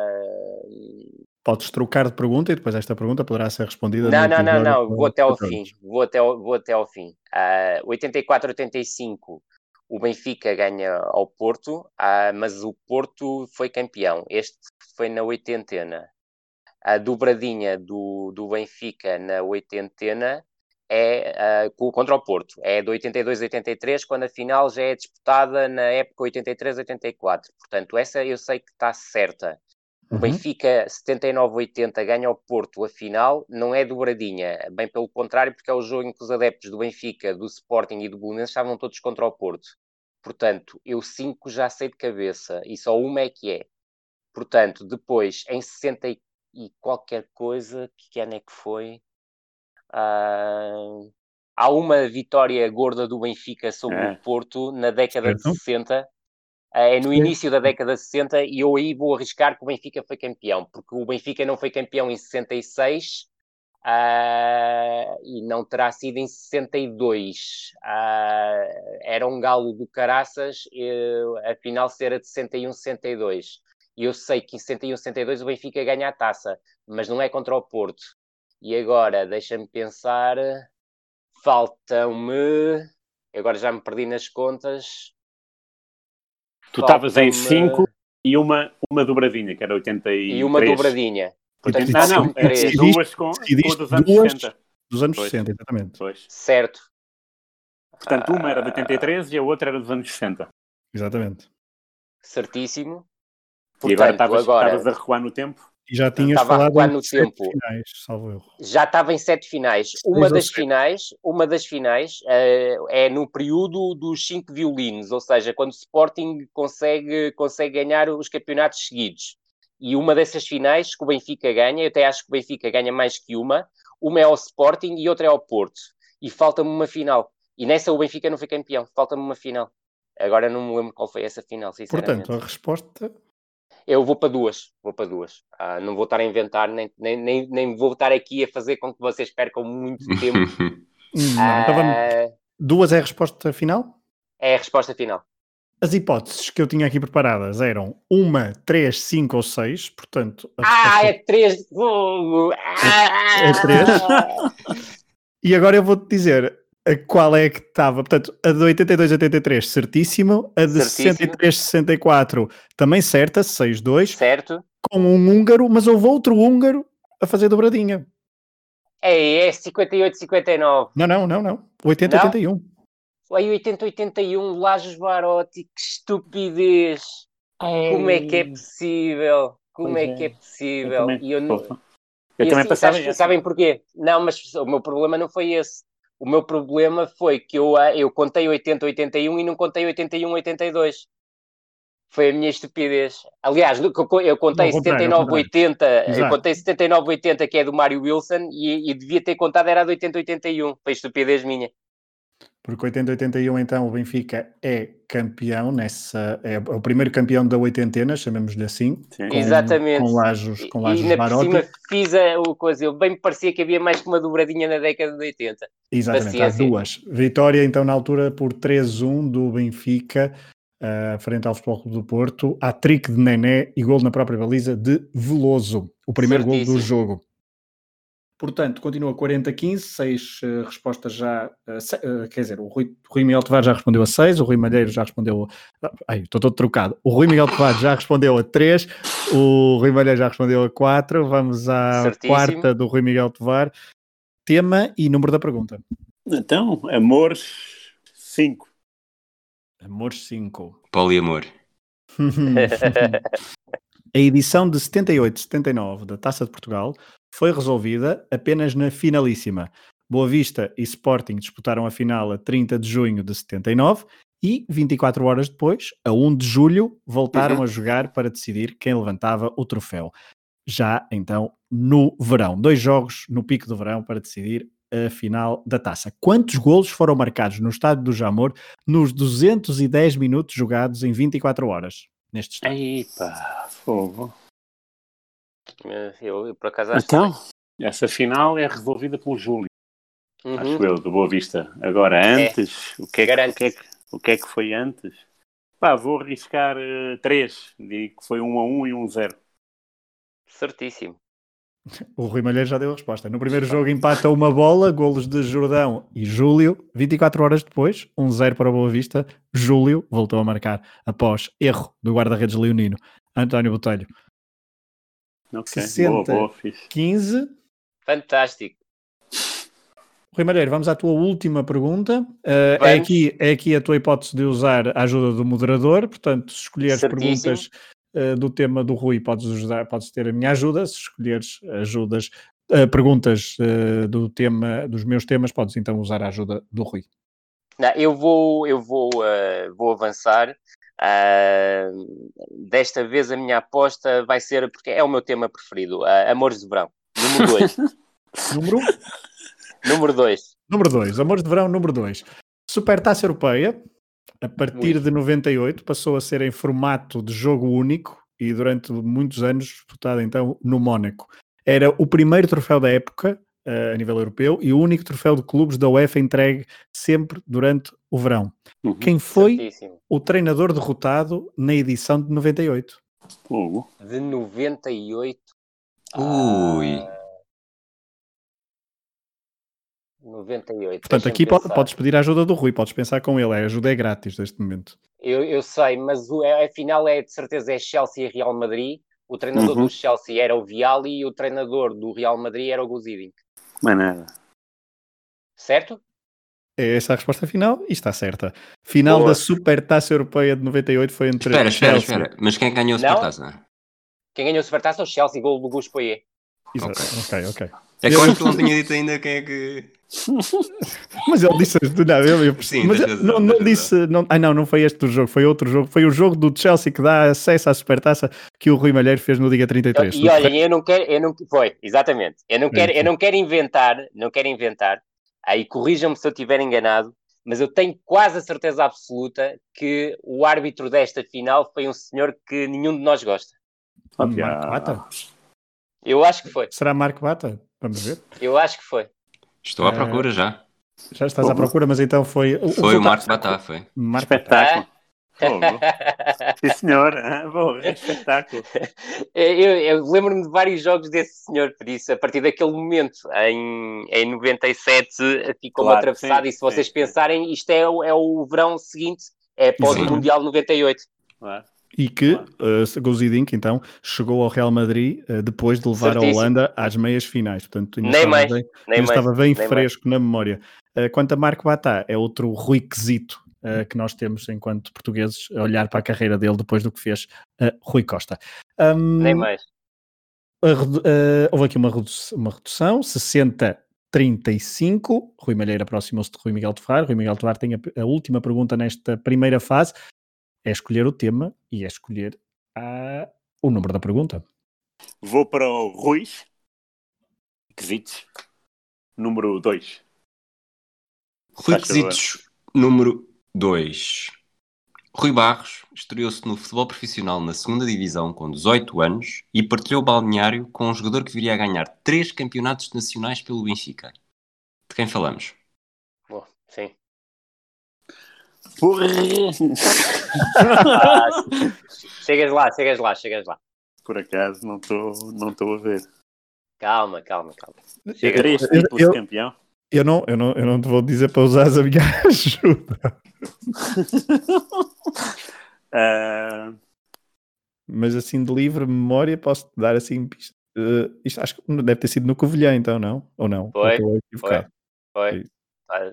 Ah...
Podes trocar de pergunta e depois esta pergunta poderá ser respondida.
Não, não, não, não. Vou até ao fim. Vou até ao, vou até ao fim. Ah, 84, 85 o Benfica ganha ao Porto, ah, mas o Porto foi campeão. Este foi na oitentena. A dobradinha do, do Benfica na oitentena é ah, contra o Porto. É de 82-83, quando a final já é disputada na época 83-84. Portanto, essa eu sei que está certa. O
Uhum.
Benfica 79-80 ganha ao Porto a final, não é dobradinha, bem pelo contrário, porque é o jogo em que os adeptos do Benfica, do Sporting e do Bolonense estavam todos contra o Porto. Portanto, eu 5 já sei de cabeça e só uma é que é. Portanto, depois, em 60 e qualquer coisa, que ano é que foi? Ah, há uma vitória gorda do Benfica sobre
É.
o Porto na década
Certo.
de 60. Ah, É no início da década de 60 e eu aí vou arriscar que o Benfica foi campeão, porque o Benfica não foi campeão em 66 ah, e não terá sido em 62. Ah, era um galo do Caraças, eu, a final será de 61-62. E um, eu sei que em 61-62 o Benfica ganha a taça, mas não é contra o Porto. E agora, deixa-me pensar, faltam-me. Agora já me perdi nas contas.
Tu estavas em
Faltam-me-
5 e uma, uma dobradinha, que era 83.
E uma dobradinha. Portanto,
Ah, não,
Sim,
é,
sim.
duas com,
Decidiste
com dos anos
duas.
60.
Dos anos
Pois.
60, exatamente.
Pois. Ah.
Certo.
Portanto, uma era de 83 e a outra era dos anos 60.
Exatamente.
certíssimo.
e agora
Portanto,
estavas
agora-
estavas a recuar no tempo.
E já tinhas
Estava a
falado
recuar
em
no
sete
tempo.
finais, salvo erro.
Já estava em sete finais. Uma
Seis ou
das
sete.
finais, uma das finais eh, é no período dos cinco violinos, ou seja, quando o Sporting consegue, consegue ganhar os campeonatos seguidos. E uma dessas finais que o Benfica ganha, eu até acho que o Benfica ganha mais que uma, uma é ao Sporting e outra é ao Porto. E falta-me uma final. E nessa o Benfica não foi campeão, falta-me uma final. Agora não me lembro qual foi essa final, sinceramente.
Portanto, a resposta
Eu vou para duas, vou para duas. Ah, não vou estar a inventar, nem, nem, nem, nem vou estar aqui a fazer com que vocês
[laughs]
percam muito
é
tempo.
Hum, não,
Ah,
então vamos- duas é a resposta final.
é a resposta final.
As hipóteses que eu tinha aqui preparadas eram uma, três, cinco ou seis, portanto, a
Ah,
resposta-
é três. Uh, ah,
É e agora eu vou-te dizer a qual é que estava. Portanto, a de 82 83, certíssimo, a de
Certíssimo.
63 64 também certa, 6-2,
Certo?
com um húngaro, mas houve outro húngaro a fazer dobradinha.
É, é 58, 59.
Não, não, não, não. 80
Não?
81.
Aí 80, 81, Lajos um, Barotti, que estupidez. Como é que é possível? Como
Pois
é,
é.
que é
Eu
possível?
também,
E eu não-
Opa.
E
Eu também
assim,
pensava
sabes-
nisso.
Sabem porquê? Não, mas o meu problema não foi esse. O meu problema foi que eu, ah, eu contei 80, 81 e um, não contei 81, 82. Foi a minha estupidez. Aliás, do- co- co- eu contei
Não, ao contrário, ao
79, 80, eu
Exato.
contei 79, 80, que é do Mário Wilson, e, e devia ter contado era de 80, 81. Foi estupidez minha.
Porque 80-81, então, o Benfica é campeão nessa. É o primeiro campeão da oitentena, chamemos-lhe assim.
Sim.
Com,
Exatamente.
Com Lajos,
E,
com
e
Lajos
ainda por
Barotti.
cima fiz a, o coisa. Eu bem me parecia que havia mais que uma dobradinha na década de 80.
Exatamente, há
paciência.
duas. Vitória, então, na altura, por 3-1 do Benfica, eh, frente ao Futebol Clube do Porto. Há trick de Nené e gol na própria baliza de Veloso. O primeiro gol do
Certíssimo.
jogo. Portanto, continua 40-15, seis eh, respostas já. eh, se- eh, quer dizer, o Rui, Rui Miguel Tovar já respondeu a seis, o Rui Malheiro já respondeu. a- Ai, estou todo trocado. O Rui Miguel Tovar já respondeu a três, o Rui Malheiro já respondeu a quatro. Vamos à
Certíssimo.
quarta do Rui Miguel Tovar. Tema e número da pergunta.
Então, amores 5.
Amores 5.
[laughs] [laughs] Poliamor.
a edição de 78-79 da Taça de Portugal foi resolvida apenas na finalíssima. Boa Vista e Sporting disputaram a final a 30 de junho de 79 e, 24 horas depois, a 1 de julho, voltaram
Uhum.
a jogar para decidir quem levantava o troféu. Já então no verão. Dois jogos no pico do verão para decidir a final da taça. Quantos golos foram marcados no estádio do Jamor nos 210 minutos jogados em 24 horas? Neste estádio.
Epa, Ah, fogo.
Eu, eu, por acaso, acho
Então, essa final é resolvida pelo Júlio,
que- Uhum.
acho eu, do Boa Vista. Agora, antes, o, que é que,
Garante.
o, que é que, o que é que foi antes? Pá, vou arriscar 3. Digo que foi 1 um a 1 um e 1 um 0.
Certíssimo.
O Rui Malheiro já deu a resposta. No primeiro jogo empata uma bola, golos de Jordão e Júlio. 24 horas depois, 1-0 para o Boa Vista. Júlio voltou a marcar após erro do guarda-redes leonino. António Botelho.
Ok,
60.
boa, boa, fixe.
15.
Fantástico.
Rui Malheiro, vamos à tua última pergunta. Eh, é,
Vamos.
aqui, é aqui a tua hipótese de usar a ajuda do moderador, portanto, se escolheres
Certíssimo.
perguntas uh, do tema do Rui, podes, ajudar, podes ter a minha ajuda. Se escolheres ajudas, uh, perguntas uh, do tema, dos meus temas, podes então usar a ajuda do Rui.
Não, eu vou, eu vou, eh, vou avançar. Ah, desta vez a minha aposta vai ser, porque é o meu tema preferido, ah, Amores de Verão, número
[laughs]
2.
número 1?
número 2.
Número 2, Amores de Verão, número 2. Supertaça Europeia, a partir Muito. de 98, passou a ser em formato de jogo único e durante muitos anos disputado então no Mónaco. Era o primeiro troféu da época uh, a nível europeu e o único troféu de clubes da UEFA entregue sempre durante o verão. Uhum. Quem foi Certíssimo. o treinador derrotado na edição de 98?
Uhum. De 98?
Ui!
Uh... 98.
Portanto, aqui pensar. podes pedir a ajuda do Rui, podes pensar com ele, a ajuda é grátis neste momento.
Eu, eu sei, mas o, a final é de certeza é Chelsea e Real Madrid. O treinador uhum. do Chelsea era o Viali e o treinador do Real Madrid era o Guzidin.
Não é nada.
Certo?
É essa a resposta final e está certa. Final Boa. da Supertaça Europeia de 98 foi entre.
Espera, espera, espera. Mas quem é ganhou a Supertaça?
Quem ganhou a Supertaça é o Chelsea, gol do Gus Poyet.
Exato. Ok, ok. okay.
É que eu não tinha dito ainda quem é que.
mas ele disse do nada, eu, eu Sim, mas razão, não, não disse, não, ah não, não foi este o jogo, foi outro jogo, foi o jogo do Chelsea que dá acesso à supertaça que o Rui Malheiro fez no Liga 33.
Eu, e olha, eu não quero, eu não, foi, exatamente, eu não quero, eu não quero inventar, não quero inventar, aí corrijam-me se eu estiver enganado, mas eu tenho quase a certeza absoluta que o árbitro desta final foi um senhor que nenhum de nós gosta.
Oh,
Hum,
Marco Bata?
Eu acho que foi.
Será Marco Bata? Vamos ver.
Eu acho que foi.
Estou [laughs] à procura é... já.
Já estás Fogo. à procura, mas então foi.
O, foi o, o Marcos Batá, foi.
Marco
espetáculo. Ah? Sim, senhor. Bom, espetáculo.
Eh, Eu, eu lembro-me de vários jogos desse senhor, por isso, a partir daquele momento, em, em 97, ficou claro, atravessado. Sim, e se vocês sim. pensarem, isto é, é o verão seguinte, é após o Mundial 98.
Claro. E que uh, Gozidink, então, chegou ao Real Madrid uh, depois de levar Certíssimo. a Holanda às meias finais. Portanto,
nem mais, bem, nem mais,
estava bem fresco mais. na memória. Uh, quanto a Marco Batá, é outro ruiquezito uh, que nós temos, enquanto portugueses, a olhar para a carreira dele depois do que fez eh, Rui Costa.
Um, nem mais.
eh, houve aqui uma, redução, uma redução 60 35, Rui Malheiro aproximou-se de Rui Miguel Tovar. Rui Miguel Tovar tem a, a última pergunta nesta primeira fase é escolher o tema e é escolher a... o número da pergunta.
Vou para o Ruiz Quesitos, número 2.
Rui Quesitos, número 2. Rui Barros estreou-se no futebol profissional na segunda divisão com 18 anos e partilhou o balneário com um jogador que viria a ganhar três campeonatos nacionais pelo Benfica. De quem falamos?
Bom, sim.
Porra!
Ah, chegas lá, chegas lá, chegas lá.
Por acaso não estou não tô a ver.
Calma, calma, calma.
Chega três títulos eu, campeão.
Eu não, eu, não, eu não te vou dizer para usares a minha [laughs] ajuda.
uh...
Mas assim de livre memória posso dar assim. Uh, isto acho que deve ter sido no Covilhã, então, não? Ou não?
Foi, foi, foi. Ah,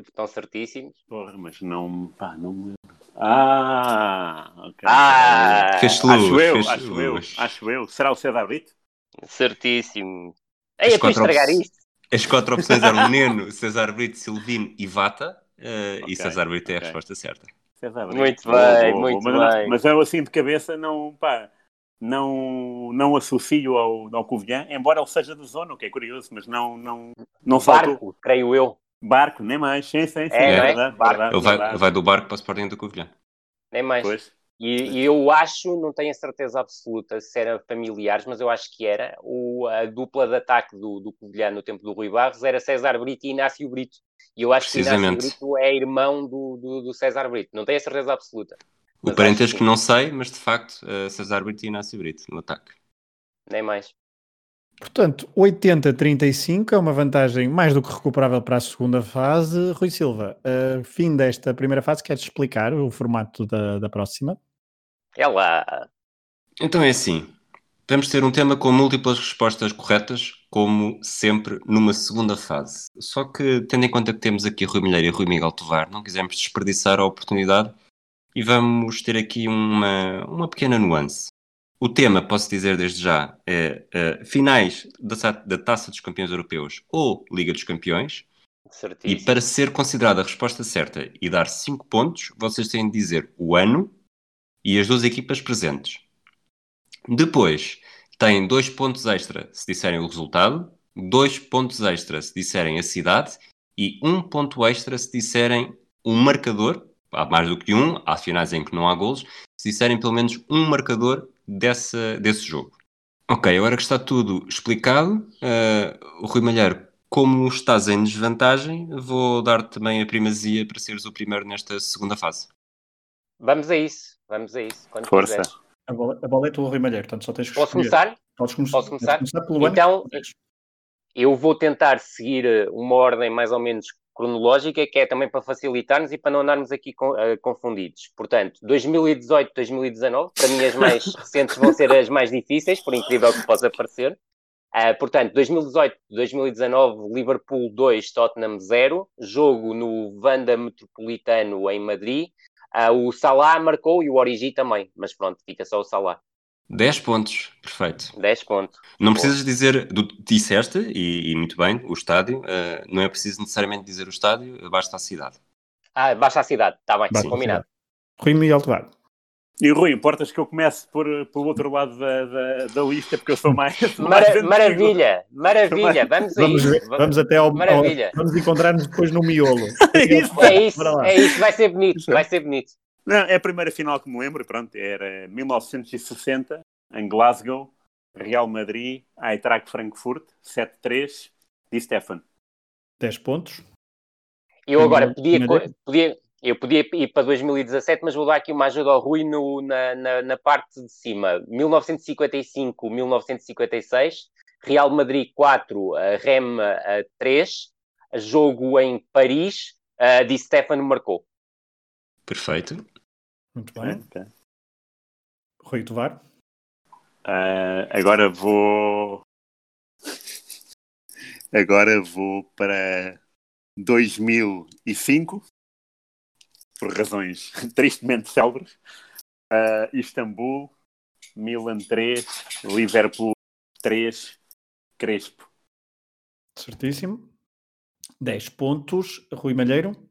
estão certíssimos.
Porra, mas não, pá, não me Ah, ok.
Ah,
fez luz,
acho eu,
fez
acho luz. eu, acho eu. Será o César Brito?
Certíssimo. Ei, eu estou a estragar op... isto.
As quatro opções [laughs] eram Neno, César Brito, Silvino e Vata. Uh, okay, e César Brito okay. é a resposta certa.
Muito bem, muito
mas
bem.
Não, mas eu assim de cabeça não, pá, não, não associo ao, ao Covilhã, embora ele seja do zona, o que é curioso, mas não, não, não
Barco, saltou. creio eu.
Barco, nem mais. Sim, sim, sim.
É, é, verdade,
barco, verdade, ele vai, verdade. vai, do barco para o Sporting do Covilhã.
Nem mais. Pois. E, e, eu acho, não tenho a certeza absoluta se eram familiares, mas eu acho que era. O, a dupla de ataque do, do Covilhã no tempo do Rui Barros era César Brito e Inácio Brito. E eu acho que Inácio Brito é irmão do, do, do, César Brito. Não tenho a certeza absoluta.
O parentesco que... não sei, mas de facto eh, César Brito e Inácio Brito no ataque.
Nem mais.
Portanto, 80-35 é uma vantagem mais do que recuperável para a segunda fase. Rui Silva, uh, fim desta primeira fase, queres explicar o formato da, da próxima?
É lá.
Então é assim: vamos ter um tema com múltiplas respostas corretas, como sempre numa segunda fase. Só que, tendo em conta que temos aqui Rui Milheiro e Rui Miguel Tovar, não quisemos desperdiçar a oportunidade e vamos ter aqui uma, uma pequena nuance. O tema, posso dizer desde já, é, é, finais da, sa- da Taça dos Campeões Europeus ou Liga dos Campeões. E
Certíssimo.
para ser considerada a resposta certa e dar 5 pontos, vocês têm de dizer o ano e as duas equipas presentes. Depois, têm 2 pontos extra se disserem o resultado, 2 pontos extra se disserem a cidade e 1 um ponto extra se disserem o marcador. Há mais do que um, há finais em que não há golos, se disserem pelo menos um marcador dessa, desse jogo. Ok, agora que está tudo explicado, eh, o Rui Malheiro, como estás em desvantagem, vou dar também a primazia para seres o primeiro nesta segunda fase.
Vamos a isso. Vamos a isso. Quando
Força.
quiseres.
A bola, a bola é tua, Rui Malheiro, portanto só tens que
Posso
escolher.
começar?
Podes come-
Posso começar?
podes pelo ano.
Então,
que quiseres.
Eu vou tentar seguir eh, uma ordem mais ou menos cronológica, que é também para facilitar-nos e para não andarmos aqui com- eh, confundidos. Portanto, 2018, 2019, para mim as mais recentes vão ser as mais difíceis, por incrível que possa parecer. Ah, portanto, 2018, 2019, Liverpool 2, Tottenham 0, jogo no Vanda Metropolitano em Madrid. Ah, o Salah marcou e o Origi também, mas pronto, fica só o Salah.
10 pontos, perfeito.
10 pontos.
Não precisas dizer, do, disseste, e, e muito bem, o estádio, eh, não é preciso necessariamente dizer o estádio, basta a cidade.
Ah, baixa a cidade, está bem,
Basta a
combinado.
Rui Miguel Tovar.
E Rui, importas que eu comece por, pelo outro lado da, da, da lista, porque eu
[laughs]
sou mais. sou mais
Mara-
antigo.
maravilha, maravilha, vamos a
Vamos,
isso.
ver,
Va-
vamos até ao, ao
Maravilha.
vamos encontrar-nos depois no miolo.
[laughs]
isso.
É isso,
Bora lá.
é isso, vai ser bonito, vai ser bonito.
Não, é a primeira final que me lembro, pronto, era 1960, em Glasgow, Real Madrid, Eintracht Frankfurt, 7-3, Di Stefan.
10 pontos.
Eu agora
Hum,
podia, co-
maravilha.
podia, eu podia ir para 2017, mas vou dar aqui uma ajuda ao Rui no- na, na, na parte de cima. 1955, 1956, Real Madrid 4, eh, Rem eh, 3, jogo em Paris, eh, Di Stefano marcou.
Perfeito.
Muito bem.
Pronto.
Rui Tovar.
Ah, agora vou. Agora vou para 2005, por razões [laughs] tristemente célebres. Ah, Istambul, Milan 3, Liverpool 3, Crespo.
Certíssimo. 10 pontos. Rui Malheiro.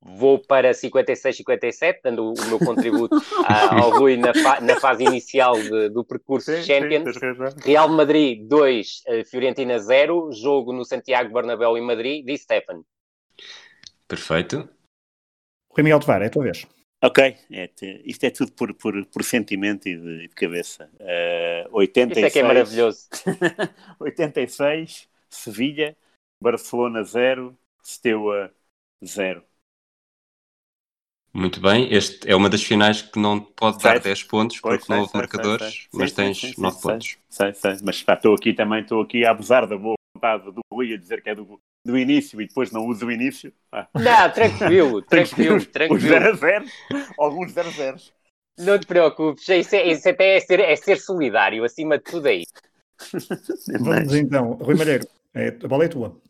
Vou para 56-57, dando o o meu
[laughs]
contributo ah, ao Rui na, fa- na fase inicial de- do percurso de Champions. Real Madrid 2, eh, Fiorentina 0, jogo no Santiago Bernabéu em Madrid, Di Stefano.
Perfeito.
Rui Miguel Tovar, é a tua vez.
Ok, é, te- isto é tudo por, por, por sentimento e de, e de cabeça. Ah, 86,
Isso é que é maravilhoso.
86, Sevilha, Barcelona 0, Steaua 0.
Muito bem, este é uma das finais que não pode dar
Certo.
10 pontos
Pois,
porque não
sei,
houve
sei,
marcadores,
sei, sei.
mas
Sim,
tens
sim, sim,
9
sim,
pontos.
Sei, sei, mas pá, estou aqui também, estou aqui a abusar da boa vontade do Rui a dizer que é do, do início e depois não uso o início. Pá,
Não,
[laughs]
tranquilo,
tenho que ter
tranquilo,
os- Os 0
tranquilo.
a 0, alguns 0 a 0.
Não te preocupes, isso, é, isso até é ser, é ser solidário, acima de tudo é isso.
Vamos então. Rui Malheiro, é, a bola é tua.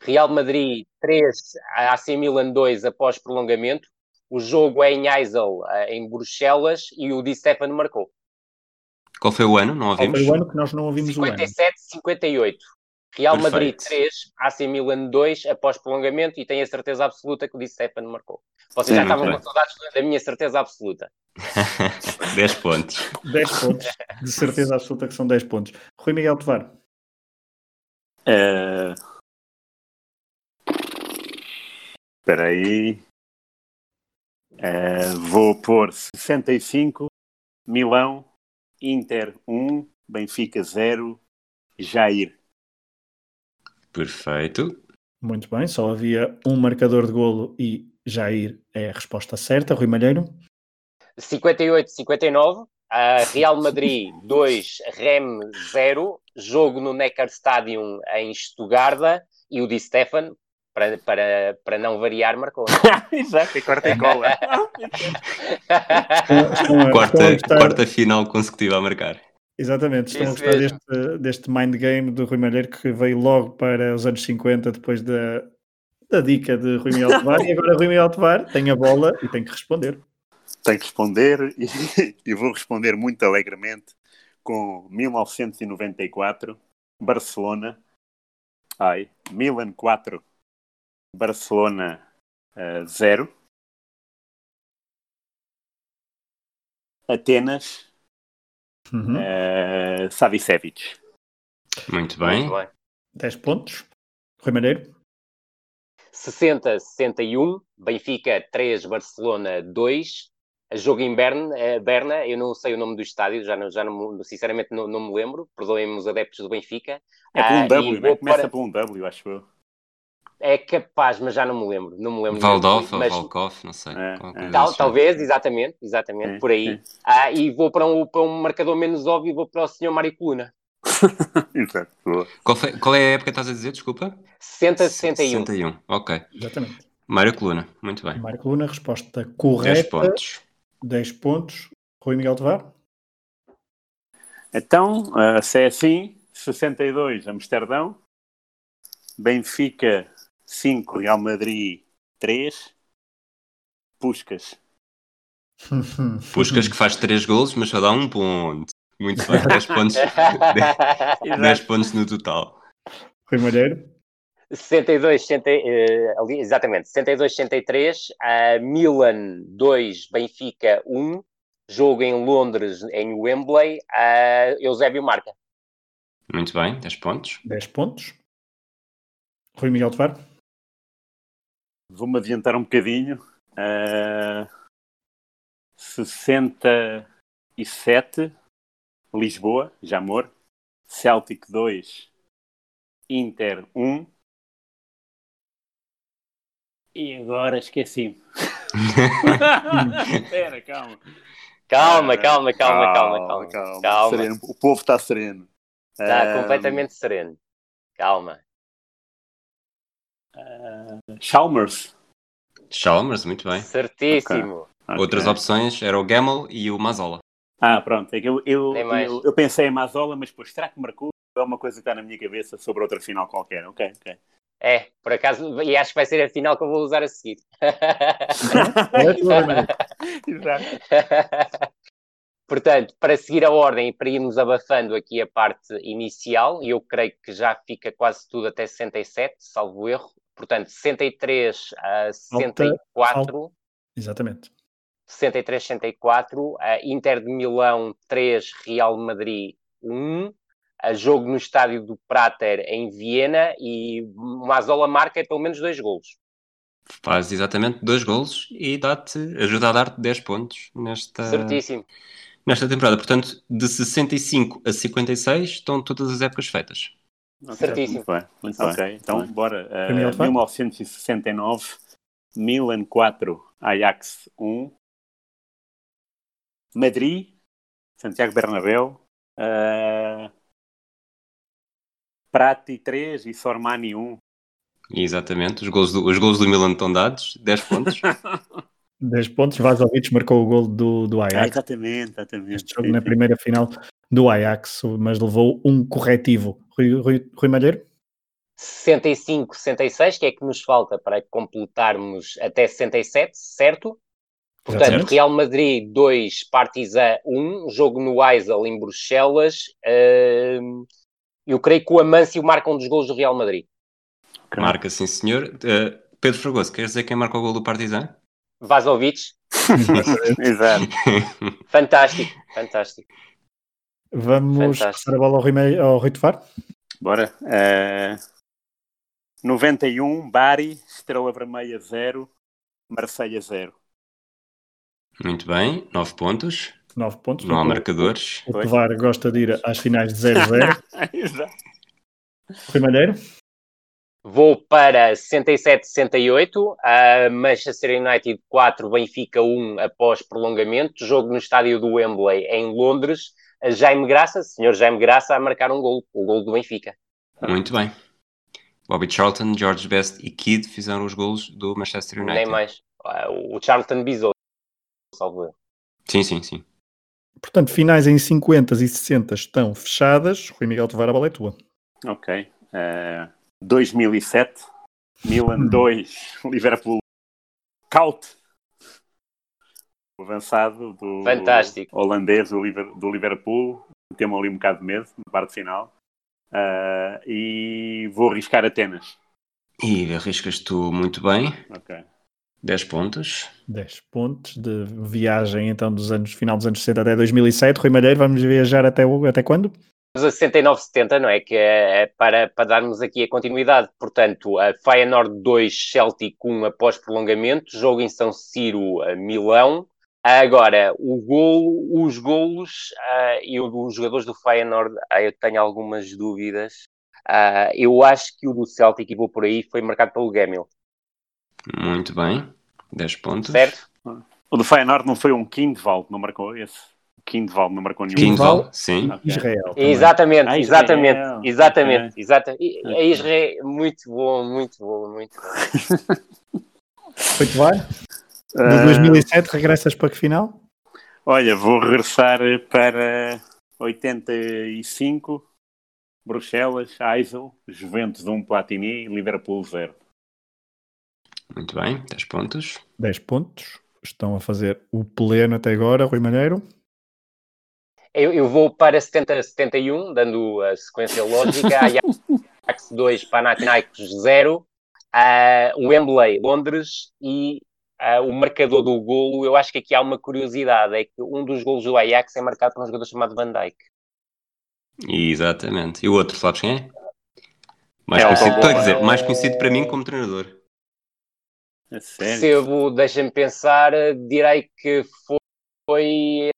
Real Madrid 3, AC Milan 2 após prolongamento. O jogo é em Eisel, eh, em Bruxelas, e o Di Stefano marcou.
Qual foi o ano? Não
Qual
ouvimos?
foi o ano que nós não ouvimos o ano?
57-58. Real Madrid
Perfeito.
3, AC Milan 2, após prolongamento, e tenho a certeza absoluta que o Di Stefano marcou. Vocês já
Sim,
estavam
muito
com saudades da minha certeza absoluta.
10 pontos.
10 pontos. De certeza absoluta que são 10 pontos. Rui Miguel Tovar.
Eh, Espera aí. Eh, vou pôr 65, Milão, Inter 1, Benfica 0, Jair. [laughs]
Perfeito.
Muito bem. Só havia um marcador de golo e Jair é a resposta certa. Rui Malheiro.
58-59, ah, Real
[laughs]
Madrid 2, Rem 0, jogo no Neckarstadion em Estugarda, e o Di Stefano, para, para, para não variar, marcou.
Exato, é corta e cola.
Com- com a- com a
Quarta,
gostar-
quarta final consecutiva a marcar.
Exatamente, estão a
Isso
é-
gostar
mesmo.
deste, deste mind game do Rui Malheiro que veio logo para os anos 50 depois
[laughs]
da, da dica de Rui Miguel Tovar e agora Rui Miguel Tovar tem a bola e tem que responder.
Tenho que responder e, [laughs] e vou responder muito alegremente com 1994, Barcelona. Ai, Milan 4, Barcelona eh, 0. Atenas,
Uhum.
É.
uh, Savicevic.
Muito bem.
Muito bem.
10 pontos. Rui Malheiro,
60, 61, Benfica 3, Barcelona 2. Jogo em Berna, eh, Berna, eu não sei o nome do estádio, já não, já não, me- sinceramente não, não me lembro, perdoem-me os adeptos do Benfica.
É por
Ah,
um
e
W,
vou
né? começa
para-
por um W, acho eu.
É capaz, mas já não me lembro, não me lembro.
Valdofa,
mas
Valkoff, não sei.
É,
qual-
é.
qual
tal-
desses.
talvez, exatamente, exatamente,
É,
por aí.
é.
Ah, e vou para um, para um marcador menos óbvio, vou para o senhor Mário Coluna.
Exato. boa.
Qual, foi- qual é a época que estás a dizer? Desculpa?
60, 61.
61. Ok.
exatamente.
Mário Coluna. Muito bem.
Marco Luna, resposta
10
correta.
pontos.
10 pontos. Rui Miguel Tovar,
Então, ah, se é assim, 62, Amsterdão. Benfica 5, Real Madrid 3. Puscas.
[laughs] Puscas que faz 3 golos, mas só dá 1 ponto. Muito bem.
[laughs]
10 pontos,
[laughs]
10 pontos no total.
Rui Malheiro,
62, 60, eh, ali, exatamente, 62, 63, a Milan 2, Benfica 1, jogo em Londres, em Wembley, a Eusébio marca.
Muito bem. 10 pontos.
10 pontos. Rui Miguel Tovar,
Vou-me adiantar um bocadinho. Ah, 67, Lisboa, Jamor. Celtic 2, Inter 1. E agora esqueci-me. [laughs] Espera, calma.
Calma, calma, calma, calma, calma.
Ah, calma.
calma.
Sereno. O povo está sereno.
Está
Ah,
completamente sereno. Calma.
Chalmers.
Chalmers, muito bem.
Certíssimo.
Outras
Ah, Ok.
opções era o Gamel e o Mazola.
Ah, pronto. É que eu, eu,
Tem mais.
eu, eu pensei em Mazola, mas depois será que marcou? É uma coisa que está na minha cabeça sobre outra final qualquer. Ok,
[laughs]
ok. [laughs]
É, por acaso, e acho que vai ser a final que eu vou usar a seguir. [laughs]
Exato.
[laughs] Portanto, para seguir a ordem e para irmos abafando aqui a parte inicial, e eu creio que já fica quase tudo até 67, salvo erro. Portanto, 63 a 64,
Exatamente.
63 64, a Inter de Milão 3, Real Madrid 1, a jogo no estádio do Prater em Viena e Mazola marca pelo menos dois golos.
Faz exatamente 2 golos e dá-te, ajuda a dar-te 10 pontos nesta,
Certíssimo.
nesta temporada. Portanto, de 65 a 56 estão todas as épocas feitas.
Certíssimo.
Muito bem, muito
Ok.
bem. Então,
Muito
bora. Ah,
Camilo Fá?
1969, Milan 4, Ajax 1. Madrid, Santiago Bernabéu. ah, Prati 3 e Sormani 1.
Exatamente, os gols do, os golos do Milan estão dados, 10 pontos.
10 pontos. Vasovic marcou o gol do, do
Ah,
Ajax.
exatamente, exatamente.
Este jogo é na primeira final do Ajax, mas levou um corretivo. Rui, Rui, Rui Malheiro,
65, 66, que é que nos falta para completarmos até 67, certo? Portanto,
Exatamente.
Real Madrid 2, Partizan 1, jogo no Aisel em Bruxelas. Ahm, eu creio que o Amâncio marca um dos gols do Real Madrid.
Ok.
Marca, sim senhor. Eh, Pedro Fragoso, queres dizer quem marca o gol do Partizan?
Vasovic,
Exato.
fantástico, fantástico.
vamos
Fantástico.
passar a bola ao Rui, Ma- ao Rui Tovar.
Bora. Ah, 91, Bari, Estrela Vermelha 0, Marselha 0.
Muito bem, 9 pontos.
9 pontos.
Não há
O-
marcadores.
O
Pois.
Tovar gosta de ir às finais de 0-0.
[laughs]
[laughs] Exato.
Rui Malheiro,
Vou para 67, 68, a Manchester United 4, Benfica 1 após prolongamento, jogo no estádio do Wembley em Londres. A Jaime Graça, senhor Jaime Graça, a marcar um gol, o gol do Benfica.
Muito bem. Bobby Charlton, George Best e Kidd fizeram os golos do Manchester United.
Nem mais. Ah, O Charlton Bisou, salvo erro.
Sim, sim, sim.
Portanto, finais em 50 e 60 estão fechadas. Rui Miguel Tovar, a bola é tua.
Ok. Eh, 2007, [laughs] Milan 2, Liverpool. Caute. avançado do
Fantástico.
holandês do, Liver- do Liverpool. Temo ali um bocado de medo na parte final. Ah, e vou arriscar Atenas.
E arriscas tu muito bem.
Ok.
10 pontos.
10 pontos de viagem, então, dos anos, final dos anos 60 até 2007. Rui Malheiro, vamos viajar até, o- até quando?
Mas a 69, 70, não é? Que é, é para, para darmos aqui a continuidade. Portanto, a Feyenoord 2, Celtic 1 após prolongamento, jogo em São Ciro, eh, Milão. Agora, o golo, os golos ah, e o- os jogadores do Feyenoord, ah, eu tenho algumas dúvidas. Ah, eu acho que o do Celtic, e vou por aí, foi marcado pelo Gamil,
Muito bem. 10 pontos.
certo?
O do Feyenoord não foi um Kindval que não marcou esse? Kindval não marcou nenhum.
Quinval, sim.
É.
Ok.
Israel. também.
Exatamente,
Ah, Israel.
exatamente, exatamente, exata- e-
Ok.
a Israel, muito bom, muito bom, muito bom.
Muito bem. De
Ah,
2007 regressas para que final?
Olha, vou regressar para 85, Bruxelas, Eisel, Juventus 1, Platini, Liverpool 0.
Muito bem. 10 pontos.
10 pontos. Estão a fazer o pleno até agora, Rui Malheiro.
Eu, eu vou para 70, 71, dando a sequência lógica. Ajax 2, Panathinaikos 0. Ah, Wembley, Londres. E ah, o marcador do golo, eu acho que aqui há uma curiosidade. É que um dos golos do Ajax é marcado por um jogador chamado Van Dijk.
Exatamente. E o outro, sabes quem é? Mais
É o
conhecido,
Pogba.
para dizer, mais conhecido para mim como treinador.
É sério?
Percebo, deixa-me pensar, direi que foi...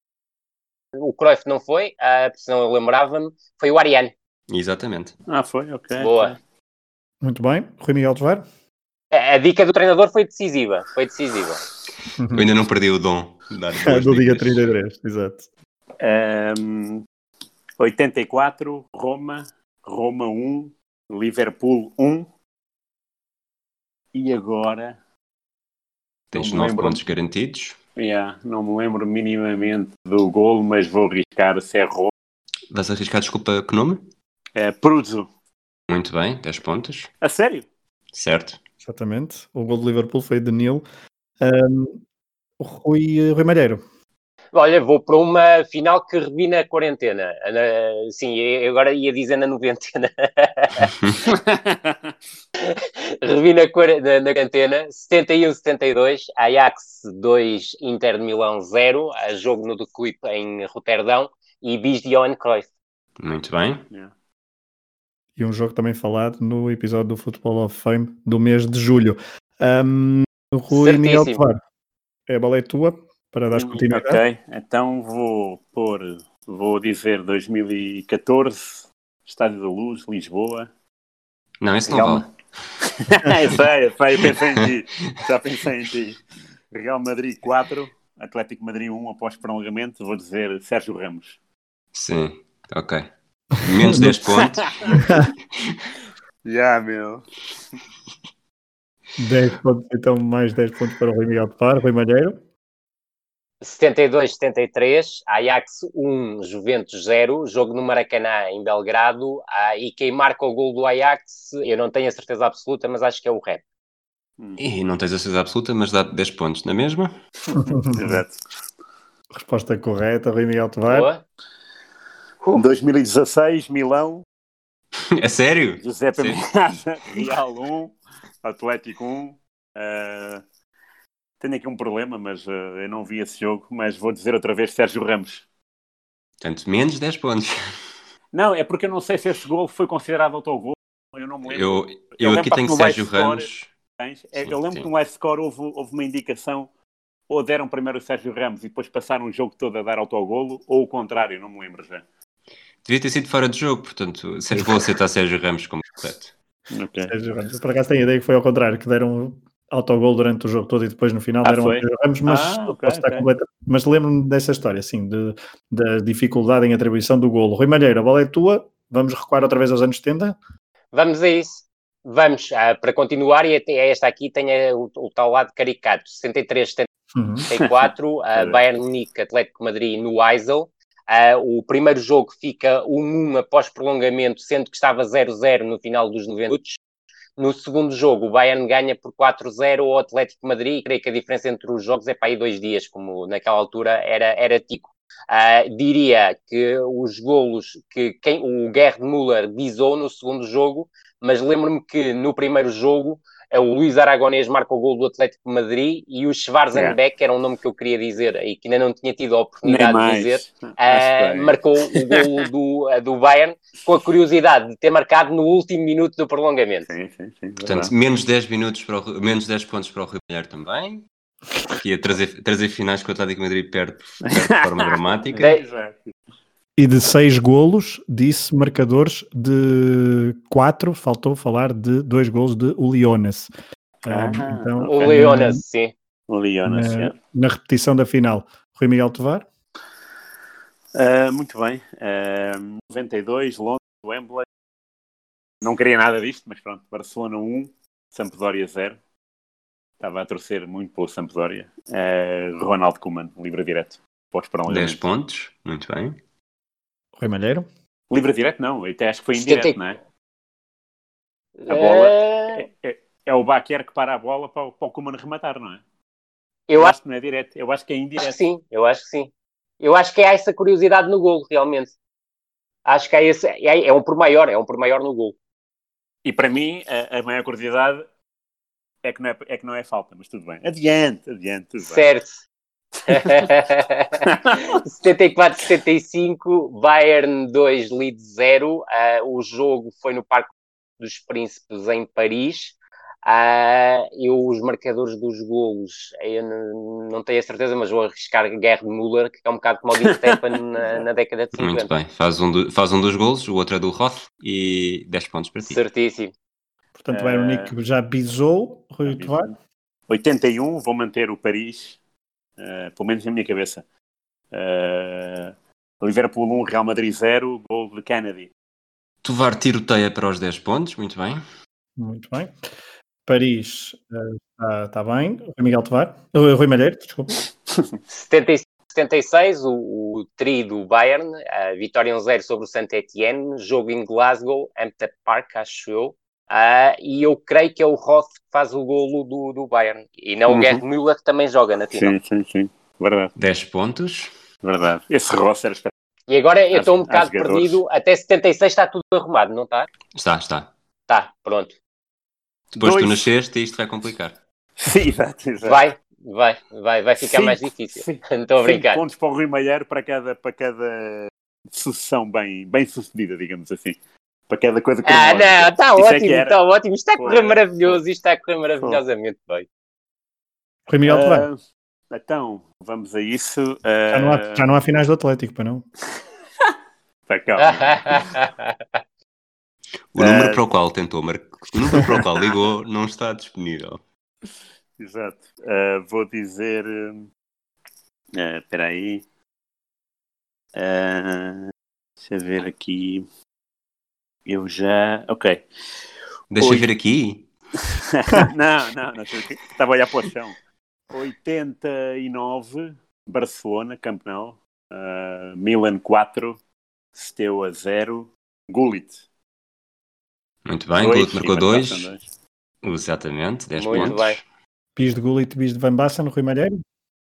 O Cruyff não foi, ah, senão eu lembrava-me. Foi o Ariane.
Exatamente.
Ah, foi? Ok.
Boa.
Muito bem. Rui Miguel Tovar.
A, a dica do treinador foi decisiva. Foi decisiva.
Eu
[laughs]
ainda não perdi o dom de dar boas
Do dia
dicas.
33, exato.
Ahm, 84, Roma, Roma 1, Liverpool 1. E agora,
Tens
Não me
9
lembro.
pontos garantidos.
yeah, não me lembro minimamente do golo, mas vou arriscar se é Roma.
Vais arriscar, desculpa, que nome?
É, Pruzzo.
Muito bem, 10 pontos.
A sério?
Certo.
Exatamente. O gol do Liverpool foi de Neil. Ahm, Rui, Rui Malheiro.
Olha, vou para uma final que revi na quarentena. Na- sim, eu agora ia dizer na noventena. revi na, quar- na, na quarentena, 71-72, Ajax 2, Inter de Milão 0, a jogo no The Clip em Roterdão e bis de Johan Cruyff.
Muito bem.
E um jogo também falado no episódio do Football of Fame do mês de julho. Ahm, Rui
Certíssimo.
Miguel Tovar. A bola é tua para dar continuidade.
Hum, Ok, então vou pôr, vou dizer 2014, Estádio da Luz, Lisboa.
Não, isso não
Calma.
vale.
eu sei, eu sei, eu pensei em ti, já pensei em ti. Real Madrid 4, Atlético Madrid 1 após prolongamento, vou dizer Sérgio Ramos.
Sim, ok. Menos
[laughs]
10 pontos.
Já, meu.
10 pontos, então mais 10 pontos para o Rui Miguel Tovar. Rui Malheiro.
72-73, Ajax 1, Juventus 0, jogo no Maracanã, em Belgrado, ah, e quem marca o gol do Ajax, eu não tenho a certeza absoluta, mas acho que é o Rep.
Hum,
E não tens a certeza absoluta, mas dá 10 pontos é na mesma.
Exato.
Resposta correta, Rui Miguel Tovar.
Boa?
2016, Milão,
[laughs] É sério?
José
Sim.
Pamela, [laughs] Real 1, Atlético 1. eh, tenho aqui um problema, mas eh, eu não vi esse jogo, mas vou dizer outra vez Sérgio Ramos.
Portanto, menos 10 pontos.
Não, é porque eu não sei se esse gol foi considerado autogol. Eu não me lembro.
Eu,
Eu
eu
lembro
aqui
que
tenho
no
Sérgio
Live Score-
Ramos.
bens. É,
Sim,
eu lembro
sim.
que no live score houve, houve uma indicação ou deram primeiro o Sérgio Ramos e depois passaram o jogo todo a dar autogolo ou o contrário, não me lembro já.
Devia ter sido fora de jogo, portanto, Sérgio- vou aceitar Sérgio Ramos como correto.
Sérgio Ramos. É Eu, Por acaso tenho a ideia que foi ao contrário, que deram autogol durante o jogo todo e depois no final
Ah,
deram ao
foi?
Sérgio Ramos, mas,
Ah, ok,
posso estar
ok.
completa- mas lembro-me dessa história, assim, de- da dificuldade em atribuição do golo. Rui Malheiro, a bola é tua, vamos recuar outra vez aos anos 70.
Vamos a isso. Vamos, ah, para continuar, e até esta aqui tem eh, o, o tal lado caricato, 63,
Uhum.
74, ah, Bayern Munique, Atlético de Madrid no Eisel. Ah, o primeiro um jogo fica 1-1 após prolongamento, sendo que estava 0-0 no final dos 90 minutos. No segundo jogo, o Bayern ganha por 4-0 ao Atlético Madrid. Creio que a diferença entre os jogos é para aí dois dias, como naquela altura era, era tico. Uh, diria que os golos que quem, o Gerd Müller visou no segundo jogo, mas lembro-me que no primeiro jogo eh, o Luís Aragonês marca o gol do Atlético Madrid e o Schwarzenbeck, é. que era um nome que eu queria dizer e que ainda não tinha tido a oportunidade de dizer, uh, marcou o gol do, ah, do Bayern com a curiosidade de ter marcado no último minuto do prolongamento. Sim, sim,
sim, Portanto, menos 10, minutos para o, menos 10 pontos para o Rui Malheiro também. Aqui a trazer, trazer finais que o Atlético Madrid perde, perde [laughs] de forma dramática. De...
E de seis golos, disse marcadores de quatro, faltou falar de dois golos de Uliones.
Ah, então, o Leonas, na, sim.
O Leonas,
na, é. na, repetição da final. Rui Miguel Tovar?
Uh, muito bem. Uh, 92, Londres, Wembley. Não queria nada disto, mas pronto. Barcelona 1, Sampdoria 0. Estava a torcer muito pelo Sampdoria. Uh, Ronaldo Koeman, livre direto. Podes para um
10 pontos, muito bem.
Rui Malheiro?
Livre direto não, até acho que foi indireto, Esquentei. não é? A bola
Eh,
é, é, é o Baquer que para a bola para, para o Kuman rematar, não é?
Eu, eu acho
que não é direto, eu acho que é indireto.
sim, eu acho que sim. Eu acho que há essa curiosidade no gol, realmente. Acho que há esse, é, é um por maior, é um por maior no gol.
E para mim, a, a maior curiosidade é que, não é, é que não é falta, mas tudo bem. Adiante, adiante, tudo
certo. bem. Certo. 74-75, Bayern 2, Leeds 0. Uh, o jogo foi no Parque dos Príncipes, em Paris. Uh, eu, os marcadores dos golos, eu não, não tenho a certeza, mas vou arriscar Gerd Müller, que é um bocado como o Di Stefan na, na, década de 50.
Muito bem, faz um, do, faz um dos golos, o outro é do Roth e 10 pontos para ti.
Certíssimo.
Eh,
Portanto, o Bayern Munique já pisou, Rui Tovar.
81, vou manter o Paris Uh, pelo menos na minha cabeça. Uh, Liverpool 1, Real Madrid 0, gol de Kennedy.
Tovar tiroteia para os 10 pontos, muito bem.
Muito bem. Paris está uh, tá bem. Miguel Tovar, uh, Rui Malheiro, desculpa.
76, o, o tri do Bayern, uh, vitória 1-0 sobre o Saint Etienne, jogo em Glasgow, Hampton Park, acho eu. Uh, e eu creio que é o Roth que faz o golo do, do Bayern e não uhum. o Gerd Müller que também joga na final.
Sim, sim, sim. Verdade.
10 pontos.
Verdade. Esse Roth era
E agora eu estou um bocado perdido. Até 76 está tudo arrumado, não está?
Está, está.
Está, pronto.
Depois Dois... tu nasceste e isto vai complicar.
[laughs] Sim, exato, exato.
Vai, vai, vai, vai ficar cinco, mais difícil. Cinco, [laughs] estou a brincar.
pontos para o Rui Malheiro para cada, para cada sucessão bem, bem sucedida, digamos assim para cada coisa um. que
Ah, não, está ótimo, é está ótimo. Isto está a correr Pô. maravilhoso, isto está a correr maravilhosamente Pô. bem.
Rui Miguel uh,
Então, vamos a isso. Uh...
Já, não há, já, não há, finais do Atlético, para não?
[laughs]
está calma.
o número uh... para o qual tentou marcar, o número para o qual ligou não está disponível.
Exato. Uh, vou dizer. ah, Espera aí. Ah, deixa eu ver aqui. Eu já. Ok. [laughs]
Deixa Oito... ver aqui.
não, não, não. Estava a olhar para o chão. 89, Barcelona, Campeonato. Uh, Milan 4, Steu a 0, Gullit.
Muito bem, Gullit marcou 2. Exatamente, 10 Muito pontos. Bem.
Bis de Gullit, bis de Van Basten, Rui Malheiro.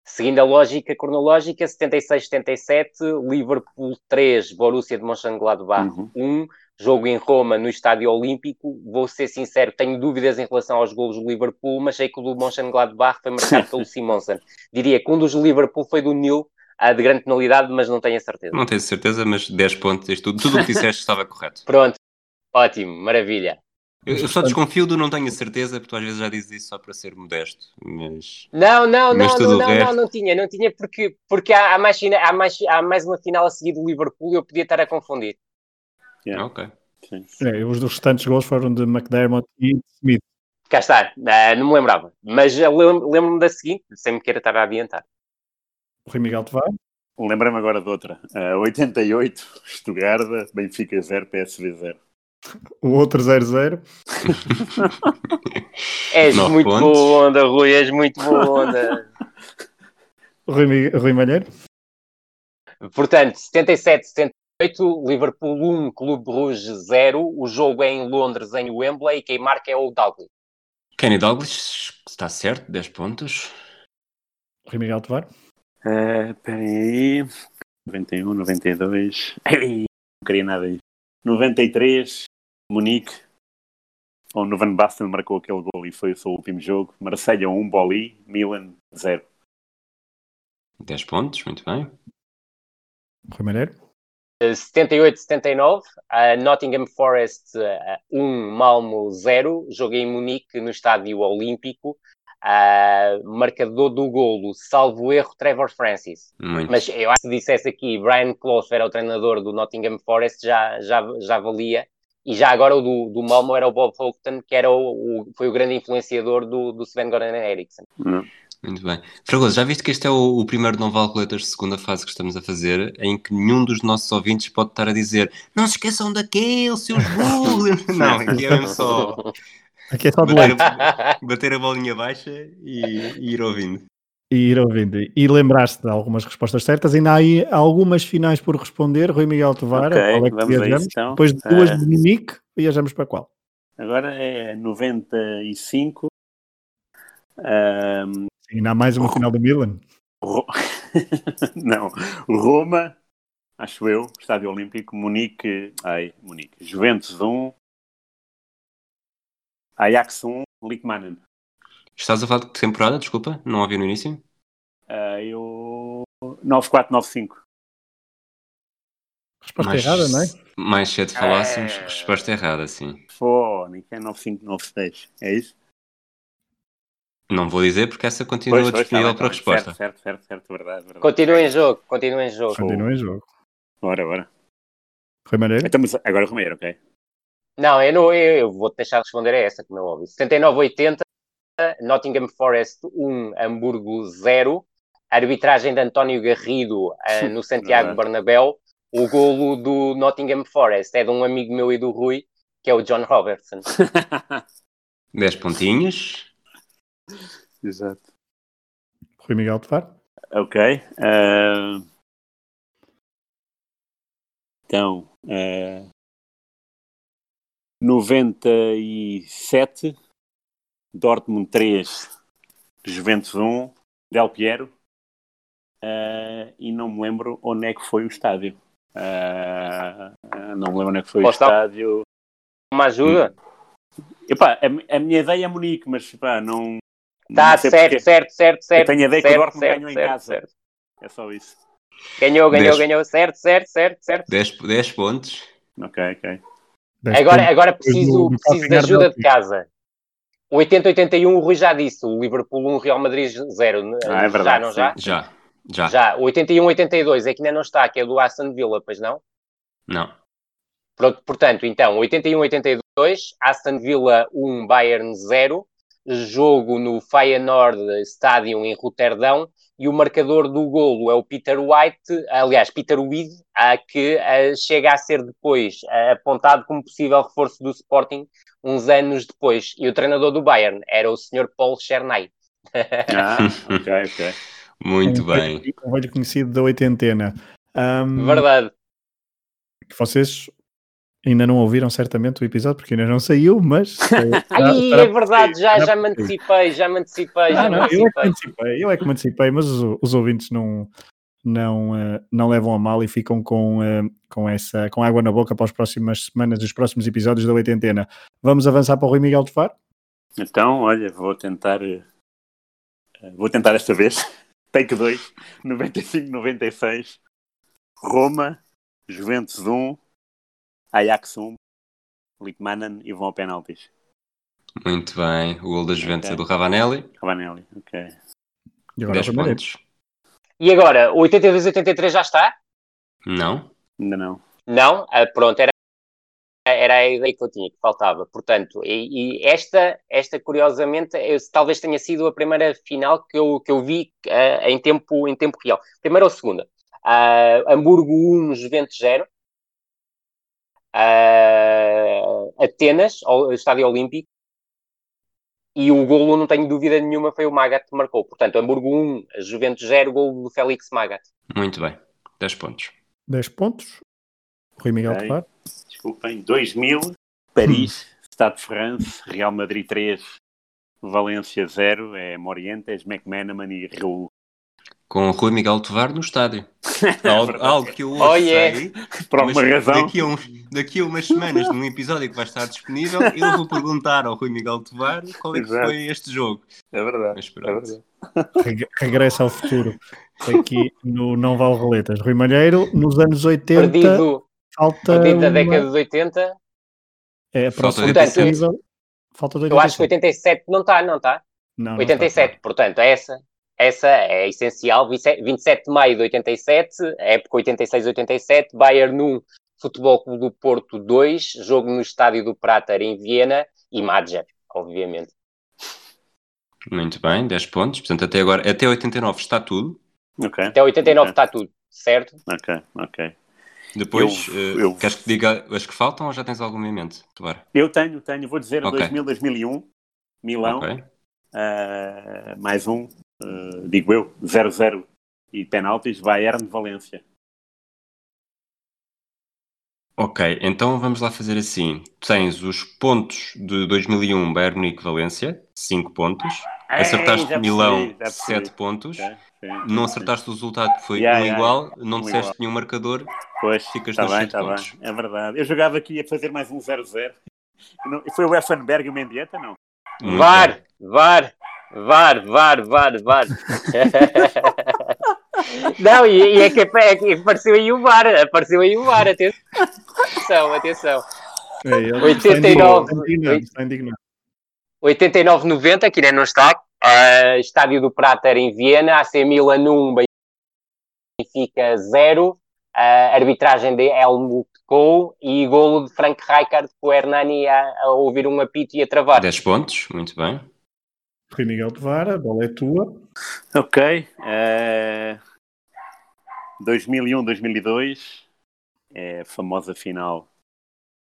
Seguindo a lógica cronológica, 76-77, Liverpool 3, Borussia de Mönchengladbach uhum. 1, jogo em Roma, no Estádio Olímpico. Vou ser sincero, tenho dúvidas em relação aos golos do Liverpool, mas sei que o do Mönchengladbach foi [laughs] marcado pelo Simonsen. Diria que um dos do Liverpool foi do Nil, de grande penalidade, mas não tenho a certeza.
Não tenho certeza, mas 10 pontos, tudo, tudo o que disseste estava [laughs] correto.
Pronto, ótimo, maravilha.
Eu, eu, só desconfio do não tenho a certeza, porque tu às vezes já dizes isso só para ser modesto, mas...
Não, não, mas não, não, não, resto... não, não tinha, não tinha, porque, porque há, há, mais, há, mais, há mais uma final a seguir do Liverpool e eu podia estar a confundir.
Yeah. Ok.
É, os dos restantes gols foram de McDermott e Smith.
Cá está, uh, não me lembrava, mas lembro-me da seguinte, sem me queira estar a adiantar.
Rui Miguel Tovar?
Lembrei-me agora de outra. Uh, 88, Estugarda, Benfica 0, PSV 0.
O outro 0-0.
és Nove muito pontos. boa onda, Rui, és muito boa onda.
Rui, Rui Malheiro?
Portanto, 77, feito. Liverpool 1, Clube Rouge 0. O jogo é em Londres, em Wembley. E quem marca é o Douglas.
Kenny Douglas está certo, 10 pontos.
Rui Miguel Tovar.
Ah, Espera aí. 91, 92. Ei, não queria nada aí. 93, Munique. Onde o Van Basten marcou aquele gol e foi o seu último jogo. Marselha 1, Boli. Milan 0.
10 pontos, muito bem.
Rui Malheiro.
Eh, 78-79. ah, Nottingham Forest 1, Malmo 0. Joguei em Munique, no Estádio Olímpico. Ah, marcador do golo, salvo erro, Trevor Francis.
Muito.
Mas eu acho que se dissesse aqui Brian Clough era o treinador do Nottingham Forest, já, já, já valia. E já agora o do, do Malmo era o Bob Houghton, que era o, o- foi o grande influenciador do, do Sven-Goran Eriksson.
Não.
Muito bem. Fragoso, já viste que este é o, o primeiro Não Vale Coletas, segunda fase que estamos a fazer, em que nenhum dos nossos ouvintes pode estar a dizer não se esqueçam daquele, seus burros. [laughs] não, aqui é mesmo só
Aqui é só de
bater
leite
a, [laughs] bater a bolinha baixa e, e ir ouvindo.
e ir ouvindo. E lembrar-se de algumas respostas certas. Ainda há aí algumas finais por responder. Rui Miguel Tovar,
Ok,
qual é que
vamos a
viajamos?
isso então.
Depois de duas
Ah.
de Munique, viajamos para qual?
Agora é 95. Ahm,
E ainda há mais
Oh.
uma final do Milan.
Ro- [laughs] não. Roma, acho eu, Estádio Olímpico, Munique, ai, Munique, Juventus 1, Ajax 1, Lickmannen.
Estás a falar de que temporada? Desculpa, não ouvi no início.
Ah, eu. 9495.
Resposta errada, não é?
Mais cedo falássemos,
É.
resposta errada, sim.
Fónica, 9596. É isso?
Não vou dizer porque essa continua
Pois, pois, tá
disponível
bem,
para
tá bem.
resposta.
Certo, certo, certo, certo, verdade, verdade.
Continua em jogo, continua em jogo.
Continua em jogo.
Bora, bora.
Rui Malheiro.
Então, mas agora Romero, ok?
Não, eu, não, eu, eu vou deixar de responder a essa, como é óbvio. 79-80, Nottingham Forest 1, Hamburgo 0. Arbitragem de António Garrido ah, no Santiago
Verdade.
Bernabéu. O golo do Nottingham Forest é de um amigo meu e do Rui, que é o John Robertson.
10 pontinhos.
Exato.
Rui Miguel Tovar.
Ok. ah, Então, ah, 97, Dortmund 3, Juventus 1, Del Piero. ah, e não me lembro onde é que foi o estádio. Ah, ah, não me lembro onde é que foi
Posso
o
dar-
estádio.
Uma ajuda?
Hum, Epá, a, mi- a minha ideia é Munique, mas epá, não.
Tá,
não sei
certo,
porquê.
certo, certo, certo.
tenho a ideia que o
certo,
Dortmund
certo,
ganhou em
certo,
casa.
certo.
É só isso.
Ganhou, ganhou,
Dez.
ganhou. Certo, certo, certo, certo.
10, 10 pontos.
Ok, ok.
Dez
Agora,
pontos.
agora
do-
preciso,
do
preciso de
Calcanhar
ajuda
do
de casa. 80-81, o Rui já disse. O Liverpool 1, Real Madrid 0.
Ah, é
já,
verdade,
não
sim.
já?
Já, já.
Já. 81-82, é que ainda não está, que é do Aston Villa, pois não?
Não.
Pro- Portanto, então, 81-82, Aston Villa 1, Bayern 0, jogo no Feyenoord Stadium em Roterdão, e o marcador do golo é o Peter White, aliás, Peter Weed, ah, que ah, chega a ser depois ah, apontado como possível reforço do Sporting uns anos depois. E o treinador do Bayern era o Sr. Paul Chernay. [laughs]
Ah, ok, ok.
é Muito
Um
bem.
velho- Um velho conhecido da oitentena. Ahm,
Verdade.
que vocês ainda não ouviram certamente o episódio, porque ainda não saiu, [laughs] mas... eh,
Ai, é verdade, já, já me antecipei, já me antecipei, já
Ah,
me
não, eu é que me
antecipei.
antecipei, eu é que me antecipei, mas os, os ouvintes não, não, eh, não levam a mal e ficam com, eh, com, essa, com água na boca para as próximas semanas e os próximos episódios da oitentena. Vamos avançar para o Rui Miguel de Faro?
Então, olha, vou tentar. eh, Vou tentar esta vez. [laughs] Take 2, 95-96. Roma, Juventus 1, Ajax 1, Lickmannen e vão ao penaltis.
Muito bem. O gol da Juventus é
Ok.
do Ravanelli.
Ravanelli, ok.
E agora é
10
Rui Malheiro.
pontos.
E agora, 82-83 já está?
Não.
Ainda não.
Não, ah, pronto, era, era a ideia que eu tinha, que faltava. Portanto, e, e esta, esta, curiosamente, eu- talvez tenha sido a primeira final que eu, que eu vi ah, em, tempo, em tempo real. Primeira ou segunda? Ah, Hamburgo 1, Juventus 0. Ah, Atenas, ao Estádio Olímpico. E o golo, não tenho dúvida nenhuma, foi o Magat que marcou. Portanto, Hamburgo 1, Juventus 0, golo do Félix Magat.
Muito bem. 10 pontos.
10 pontos. Rui Miguel
Ok.
Tovar.
Desculpem. 2000, Paris, Stade de France, Real Madrid 3, Valência 0, é Morientes, McManaman e Raul.
Com Rui Miguel Tovar no [laughs] estádio.
verdade.
Algo, algo que eu hoje
Oh, yeah.
sei,
Por alguma
mas
razão,
Daqui a, uns, daqui a umas semanas, num episódio que vai estar disponível, eu vou perguntar ao Rui Miguel Tovar qual é que
Exato.
foi este jogo.
é verdade.
Mas
É
pronto.
verdade.
Reg- Regressa ao futuro. Aqui no Não Vale Roletas. Rui Malheiro, nos anos 80,
Perdido,
falta.
perdido da
uma-
década dos 80.
É a
Falta
próxima
87.
possível. Falta de
Eu acho que
87.
87 não está, não tá? está.
Não, não
87, portanto, é essa, essa é essencial. 27 27 de maio de 87, época 86-87, Bayern 1, Futebol Clube do Porto 2, jogo no Estádio do Prater em Viena e Madger, obviamente.
Muito bem, 10 pontos. Portanto, até agora, até 89 está tudo.
Ok,
Até 89 está tá tudo, certo?
ok, ok.
Depois,
Eu-
eh,
eu-
queres que diga as que faltam ou já tens alguma em mente? Tovar?
Eu tenho, tenho, vou dizer
Ok.
2000, 2001, Milão,
Ok.
ah, mais um, ah, digo eu, 0-0 e penaltis, Bayern de Valência.
Ok, então vamos lá fazer assim. Tens os pontos de 2001 Bayern Munique Valência, 5 pontos. Acertaste
Ei, já
Milão,
percebi, já percebi.
7 pontos.
Ok, sim,
Não
sim.
acertaste o resultado, que foi
Yeah,
um
yeah,
igual, não
Um
disseste
igual.
nenhum marcador.
Pois,
Ficas
tá
nos
bem,
sete
tá
pontos.
bem. É verdade. Eu jogava aqui a fazer mais um 0-0. Não- Foi o Effenberg e o Mendieta, não?
Muito bem.
var, var, var, var, var, var. Não, e, e é, que, é que apareceu aí o VAR, apareceu aí o VAR, atenção, atenção.
É ele.
89.
Está indignado, está indignado.
89-90, que ainda não está. Ah, Estádio do Prater em Viena, AC Milan 1, Benfica 0. Ah, arbitragem de Helmut Kohl e golo de Frank Rijkaard com o Hernani a, a ouvir um apito e a travar.
10 pontos, muito bem.
Rui Miguel Tovar, a bola é tua.
Ok. eh, 2001, 2002. É a famosa final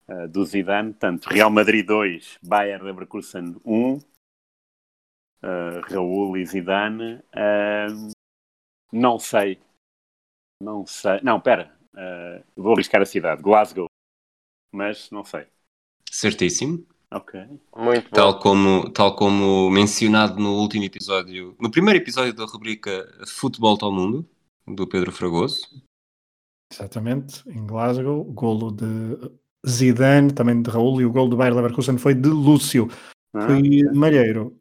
eh, do Zidane. Portanto, Real Madrid 2, Bayern Leverkusen 1. Eh, Raul e Zidane. Eh, não sei. Não sei. Não, pera. Eh, vou arriscar a cidade. Glasgow. Mas não sei.
Certíssimo.
Ok.
Muito bom.
Tal como, tal como mencionado no último episódio, no primeiro episódio da rubrica Futebol ao Mundo, do Pedro Fragoso.
Exatamente, em Glasgow, o golo de Zidane, também de Raul, e o golo do Bayer Leverkusen foi de Lúcio.
Ah, [laughs]
Rui Malheiro.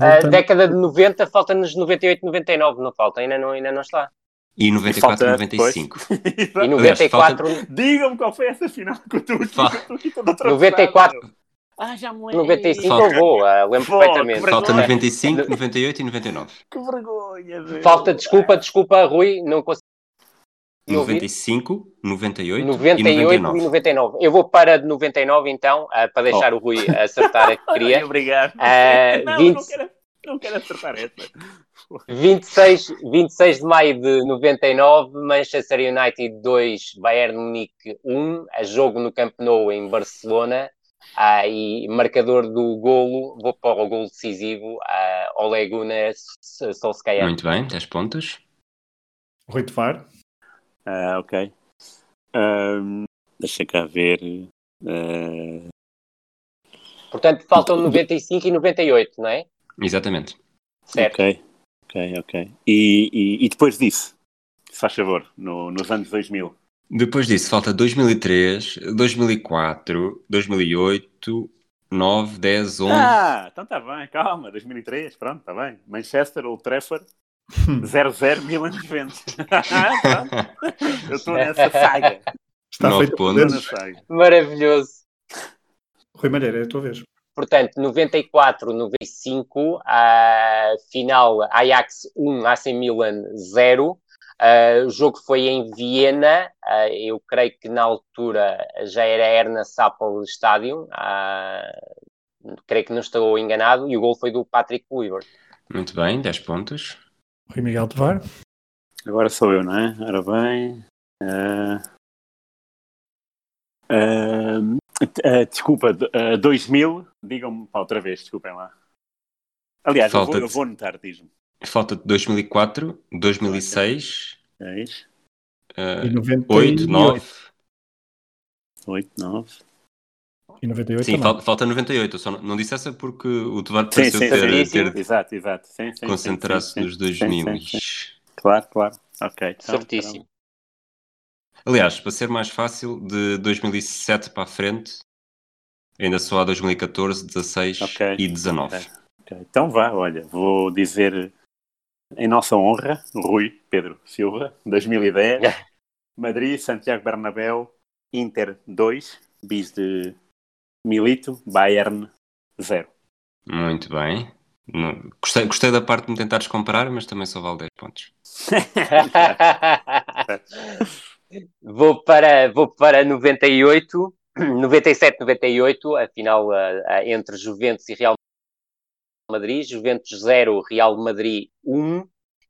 Ah,
Voltando-
década de 90, falta-nos 98-99, não falta, ainda não, ainda não está.
E 94
falta-
95.
E
Aliás,
94,
Digam-me qual foi essa final que eu estou aqui,
Fala.
que eu estou aqui todo atrasado.
94.
meu. Ah, já me lembro.
95
Falta-
eu vou, ah, lembro
Fogo,
perfeitamente.
Falta
Vergonha.
95, 98 e 99.
Que vergonha, meu.
Falta, desculpa, desculpa, Rui, não consegui. ouvir.
95, 98 e
98 e
99.
99. Eu vou para de 99 então, ah, para deixar o Rui acertar
[laughs]
a que
Ai,
queria.
Obrigado.
Ah,
não,
20.
não, quero, não quero acertar essa.
26, 26 de maio de 99, Manchester United 2, Bayern Munique 1, a jogo no Camp Nou em Barcelona. Ah, e marcador do golo, vou para o golo decisivo, ah, Ole Gunnar Solskjaer.
Muito bem, 10 pontos.
Rui Tovar,
Ah, ok. Ahm, deixa cá ver. Ah,
Portanto, faltam 95 e 98, não é?
Exatamente.
Certo.
ok, ok, ok. E, e, e depois disso, se faz favor, no- nos anos 2000.
Depois disso, falta 2003, 2004, 2008, 9, 10, 11.
Ah, então está bem, calma, 2003, pronto, está bem. Manchester, Old Trafford, 0-0, Milan Juventus. Pronto, Eu estou nessa saga.
está
Nove
feito por
pontos.
Estou na
vezes.
saga.
Maravilhoso.
Rui Malheiro, é a tua vez.
Portanto, 94, 95, a final Ajax 1, AC Milan 0. Ah, o jogo foi em Viena, Ah, eu creio que na altura já era Erna Sapol Stadium, Ah, creio que não estou enganado, e o gol foi do Patrick Kluivert.
Muito bem, 10 pontos.
Rui Miguel Tovar,
Agora sou eu, não é? Ora bem. Ah, ah, ah, desculpa, d- ah, 2000, digam-me pá, outra vez, desculpem lá. Aliás, eu vou,
Falta-te.
eu vou notar, diz-me.
Falta 2004, 2006,
É isso?
eh,
e 98.
8, 9,
8, 9.
E 98
Sim,
também.
fal- falta 98. Eu só não, não disse essa porque o Tovar
Sim,
pareceu
sim, sim,
ter,
sim.
ter
Exato, exato. Sim, sim, sim,
concentrar-se
sim, sim,
nos
sim,
2000.
sim, sim. Claro, claro. Ok. então,
Certíssimo.
Aliás, para ser mais fácil, de 2007 para a frente, ainda só há 2014, 16
Ok.
e 19.
Ok. Ok, Então vá, olha, vou dizer em nossa honra, Rui Pedro Silva,
[laughs]
2010, Madrid, Santiago Bernabéu, Inter 2, bis de Milito, Bayern 0.
Muito bem. Não- Gostei, gostei da parte de me tentares comparar, mas também só vale 10 pontos.
[laughs] vou, para, vou para 98, 97, 98, a final ah, ah, entre Juventus e Real Madrid. Juventus 0, Real Madrid 1.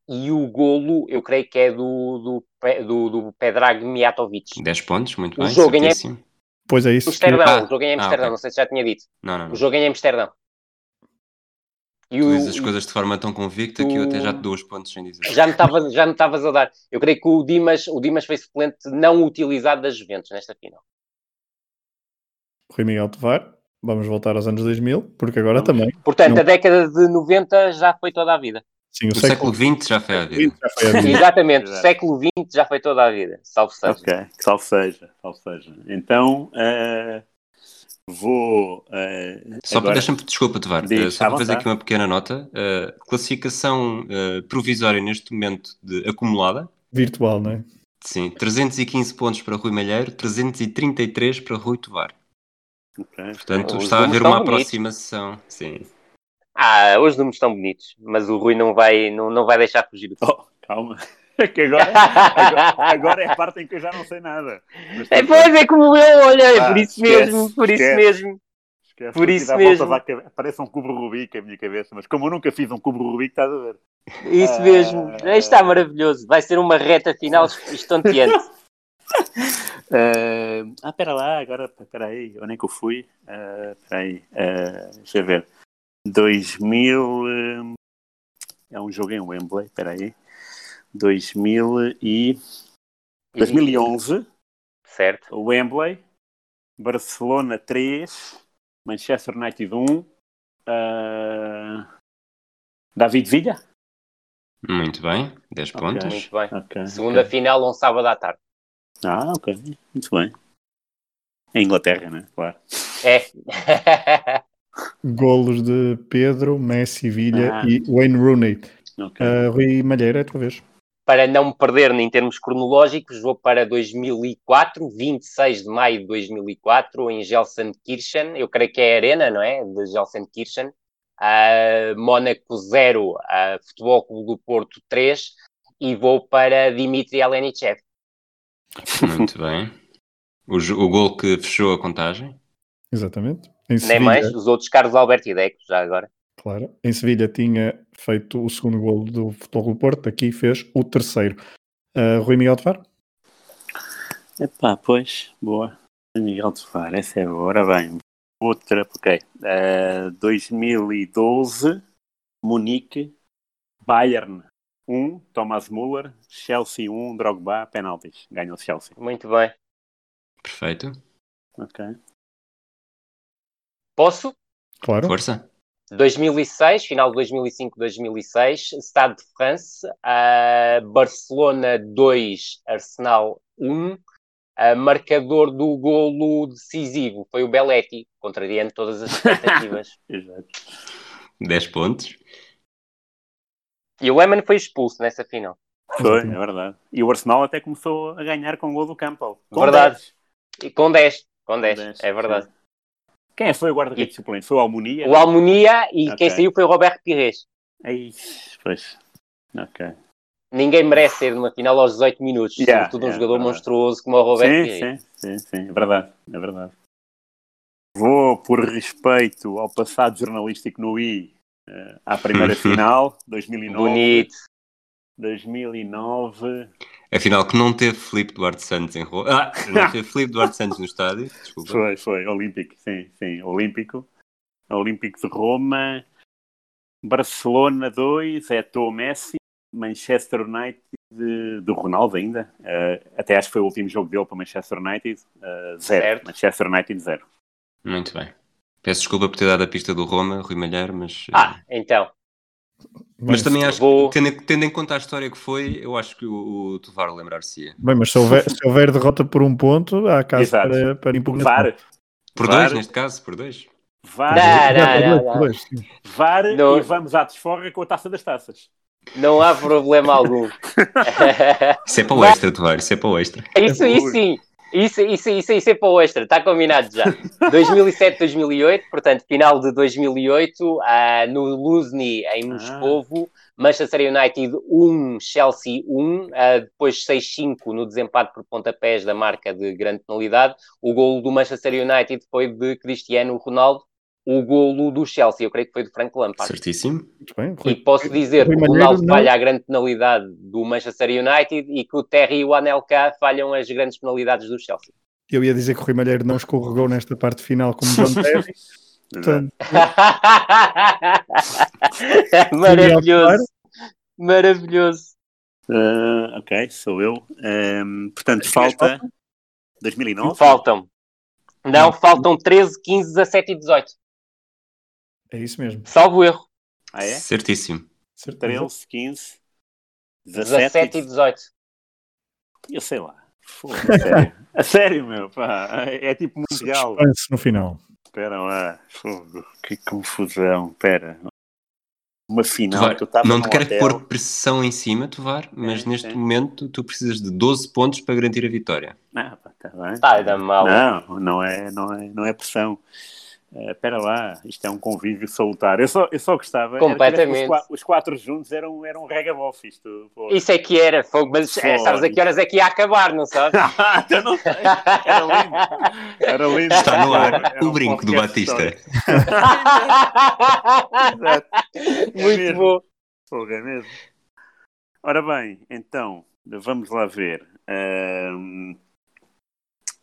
E o golo, eu creio que é do, do, Pe- do, do Pedrag Mijatovic.
10 pontos, muito
O
bem.
jogo em-
certíssimo.
Pois é isso. que-
Amsterdão,
Ah,
o jogo é em
ah,
Amsterdão,
ok.
não sei se já tinha dito.
Não, não, não.
O jogo é em Amsterdão. E
Tu
o,
dizes as coisas de forma tão convicta que eu até já te dou os pontos sem dizer.
já me estavas já me estavas a dar. Eu creio que o Dimas, o Dimas foi suplente não utilizado das Juventus nesta final.
Rui Miguel Tovar. Vamos voltar aos anos 2000, porque agora
Vamos.
também.
Portanto,
Não.
a década de 90 já foi toda a vida.
[laughs]
Sim, o
O século
século
XX já foi a vida.
XX já foi a vida.
Exatamente, o
Exato.
século XX já foi toda a vida. Salve seja.
Ok, que salve seja, salve seja. Então, eh, vou... eh,
Só
agora-
deixa-me, desculpa, Tovar,
Diz,
eh, só
à
para fazer
vontade.
aqui uma pequena nota. Eh, classificação eh, provisória neste momento de acumulada.
Virtual, não é?
Sim, 315 pontos para Rui Malheiro, 333 para Rui Tovar.
Ok.
Portanto,
Os
está a
números
haver
estão
uma
bonitos.
aproximação. Sim.
Ah, hoje os números estão bonitos, mas o Rui não vai, não, não vai deixar fugir o
Oh, calma, [laughs] que agora, agora, agora é a parte em que eu já não sei nada.
[laughs]
Mas
É, pois é como eu, olha,
Ah,
por isso
esquece,
mesmo, por isso
esquece.
mesmo.
Esquece,
Por
eu
isso
tive à volta,
mesmo.
vá que- Parece um cubo Rubik a minha cabeça, mas como eu nunca fiz um cubo Rubik, estás a ver?
Isso mesmo.
Ah.
Está maravilhoso. Vai ser uma reta final
[laughs]
estonteante.
ah, espera lá, agora, espera aí, onde é que eu fui? Ah, Espera aí, ah, deixa eu ver. 2000. hum, É um jogo em Wembley, espera aí. 2000 e... 2011,
Certo.
Wembley, Barcelona 3, Manchester United 1, ah, David Villa?
Muito bem, 10
Ok.
pontos.
[laughs] Muito bem.
Ok,
Segunda
ok.
final, um sábado à tarde. [laughs]
Ah, ok. Muito bem. Em Inglaterra, né? Claro.
É.
Golos de Pedro, Messi, Vilha
Ah.
e Wayne Rooney.
Ok.
Ah, Rui Malheiro, é a tua vez.
para não me perder em termos cronológicos, vou para 2004, 26 de maio de 2004, em Gelsenkirchen, eu creio que é a arena, não é? De Gelsenkirchen. Ah, Mónaco 0, ah, Futebol Clube do Porto 3, e vou para Dimitri Alenichev.
Muito bem. O, jo- o gol que fechou a contagem.
Exatamente. Em
Nem mais,
Sevilha,
os outros Carlos Alberto e Deco, já agora.
claro. Em Sevilha tinha feito o segundo golo do Futebol do Porto, aqui fez o terceiro. Ah, Rui Miguel Tovar.
Epá, pois, boa. Miguel Tovar, essa é boa. Ora bem. Outra, ok. Ah, 2012, Munique, Bayern 1, Thomas Müller, Chelsea 1, Drogba, penaltis. Ganhou o Chelsea.
Muito bem.
Perfeito.
Ok.
Posso?
Claro.
Força.
2006, final de 2005, 2006, Estado de France, ah, Barcelona 2, Arsenal 1, ah, marcador do golo decisivo foi o Belletti, contrariando todas as
[laughs]
expectativas.
Exato.
10 pontos.
e o Lehmann foi expulso nessa final.
Uhum.
Foi, é verdade. E o Arsenal até começou a ganhar com o gol do Campbell. Com
É Verdade.
10.
E com 10, com 10,
Com 10,
é verdade.
Quem é foi o guarda-redes suplente? Foi o Almunia? é?
O Almunia e
Ok.
quem saiu foi o Roberto Pires.
Ai, É pois. Ok.
Ninguém merece ser numa final aos 18 minutos,
Yeah,
sobretudo um
yeah,
jogador
verdade.
monstruoso como o Roberto Pires.
Sim, sim, sim, sim, é verdade, é verdade. Vou, por respeito ao passado jornalístico no I, eh, à primeira final, 2009.
Bonito.
2009.
Afinal, que não teve Filipe Duarte Santos em Roma. Ah, não teve Filipe Duarte Santos no estádio. Desculpa.
Foi, foi, Olímpico, sim, sim, Olímpico. Olímpico de Roma, Barcelona 2, Eto'o Messi, é Manchester United de, do Ronaldo ainda. Uh, até acho que foi o último jogo dele para Manchester United. Uh, zero.
Certo.
Manchester United, zero.
Muito bem. Peço desculpa por ter dado a pista do Roma, Rui Malher, mas. eh,
Ah, então.
Mas também acho
vou-
que, tendo, tendo em conta a história que foi, eu acho que o, o Tovar lembrar-se-ia.
Bem, mas se houver, se houver derrota por um ponto, há caso
Exato.
para, para impugnação.
VAR.
Por
Claro.
dois, neste caso, por dois.
VAR.
Não,
Já para
não,
dois,
não,
para dois, sim.
VAR
Não.
e vamos à desforra com a taça das taças.
Não há problema
[laughs]
algum.
Isso é para o extra, Tovar, isso é para o extra.
isso, isso sim. Isso, isso, isso, isso é para o extra, está combinado já. 2007, 2008, portanto, final de 2008, ah, no Luzny, em Moscovo, Manchester United 1, Chelsea 1, ah, depois 6-5 no desempate por pontapés da marca de grande penalidade. O golo do Manchester United foi de Cristiano Ronaldo, o golo do Chelsea, eu creio que foi de Frank Lampard.
Certíssimo.
Muito bem, Rui.
E posso dizer que
Rui
o
Malheiro
Ronaldo
não-
falha a grande penalidade do Manchester United e que o Terry e o Anelka falham as grandes penalidades do Chelsea. [laughs]
Eu ia dizer que o Rui Malheiro não escorregou nesta parte final como
[laughs]
John Terry. portanto,
Maravilhoso. Maravilhoso.
Ah, ok, sou eu. Ahm, portanto, falta 2009.
Faltam. Não, faltam 13, 15, 17 e 18.
é isso mesmo.
Salvo erro.
Ah, é?
Certíssimo.
Certeza.
13, 15,
17
17.
e 18.
Eu sei lá.
[laughs]
Foda, a sério. A sério, meu. Pá. É tipo mundial.
Suspense no final.
Espera lá. Fogo. Que confusão. Espera. Uma final.
Tovar,
tu estavas
não
num
te quero
hotel.
pôr pressão em cima, Tovar, mas
Sim,
neste
sim.
momento tu precisas de 12 pontos para garantir a vitória.
Ah, pá, tá bem.
Sai é da mal.
Não, não é, não é, não é pressão. Espera lá, isto é um convívio salutar. Eu só, eu só gostava. era é que
Completamente.
os, qua- os quatro juntos eram, eram um regabof, isto. pô. [laughs]
Isso é que era fogo, mas é, sabes a que horas é que ia acabar, não sabes?
Então não sei. Era
[laughs]
lindo. Era lindo.
Está no [laughs] ar
Era um
o brinco do
podcast
Batista.
histórico. Exato.
Muito
mesmo.
bom.
Fogo, é mesmo. Ora bem, então, vamos lá ver. Ahm,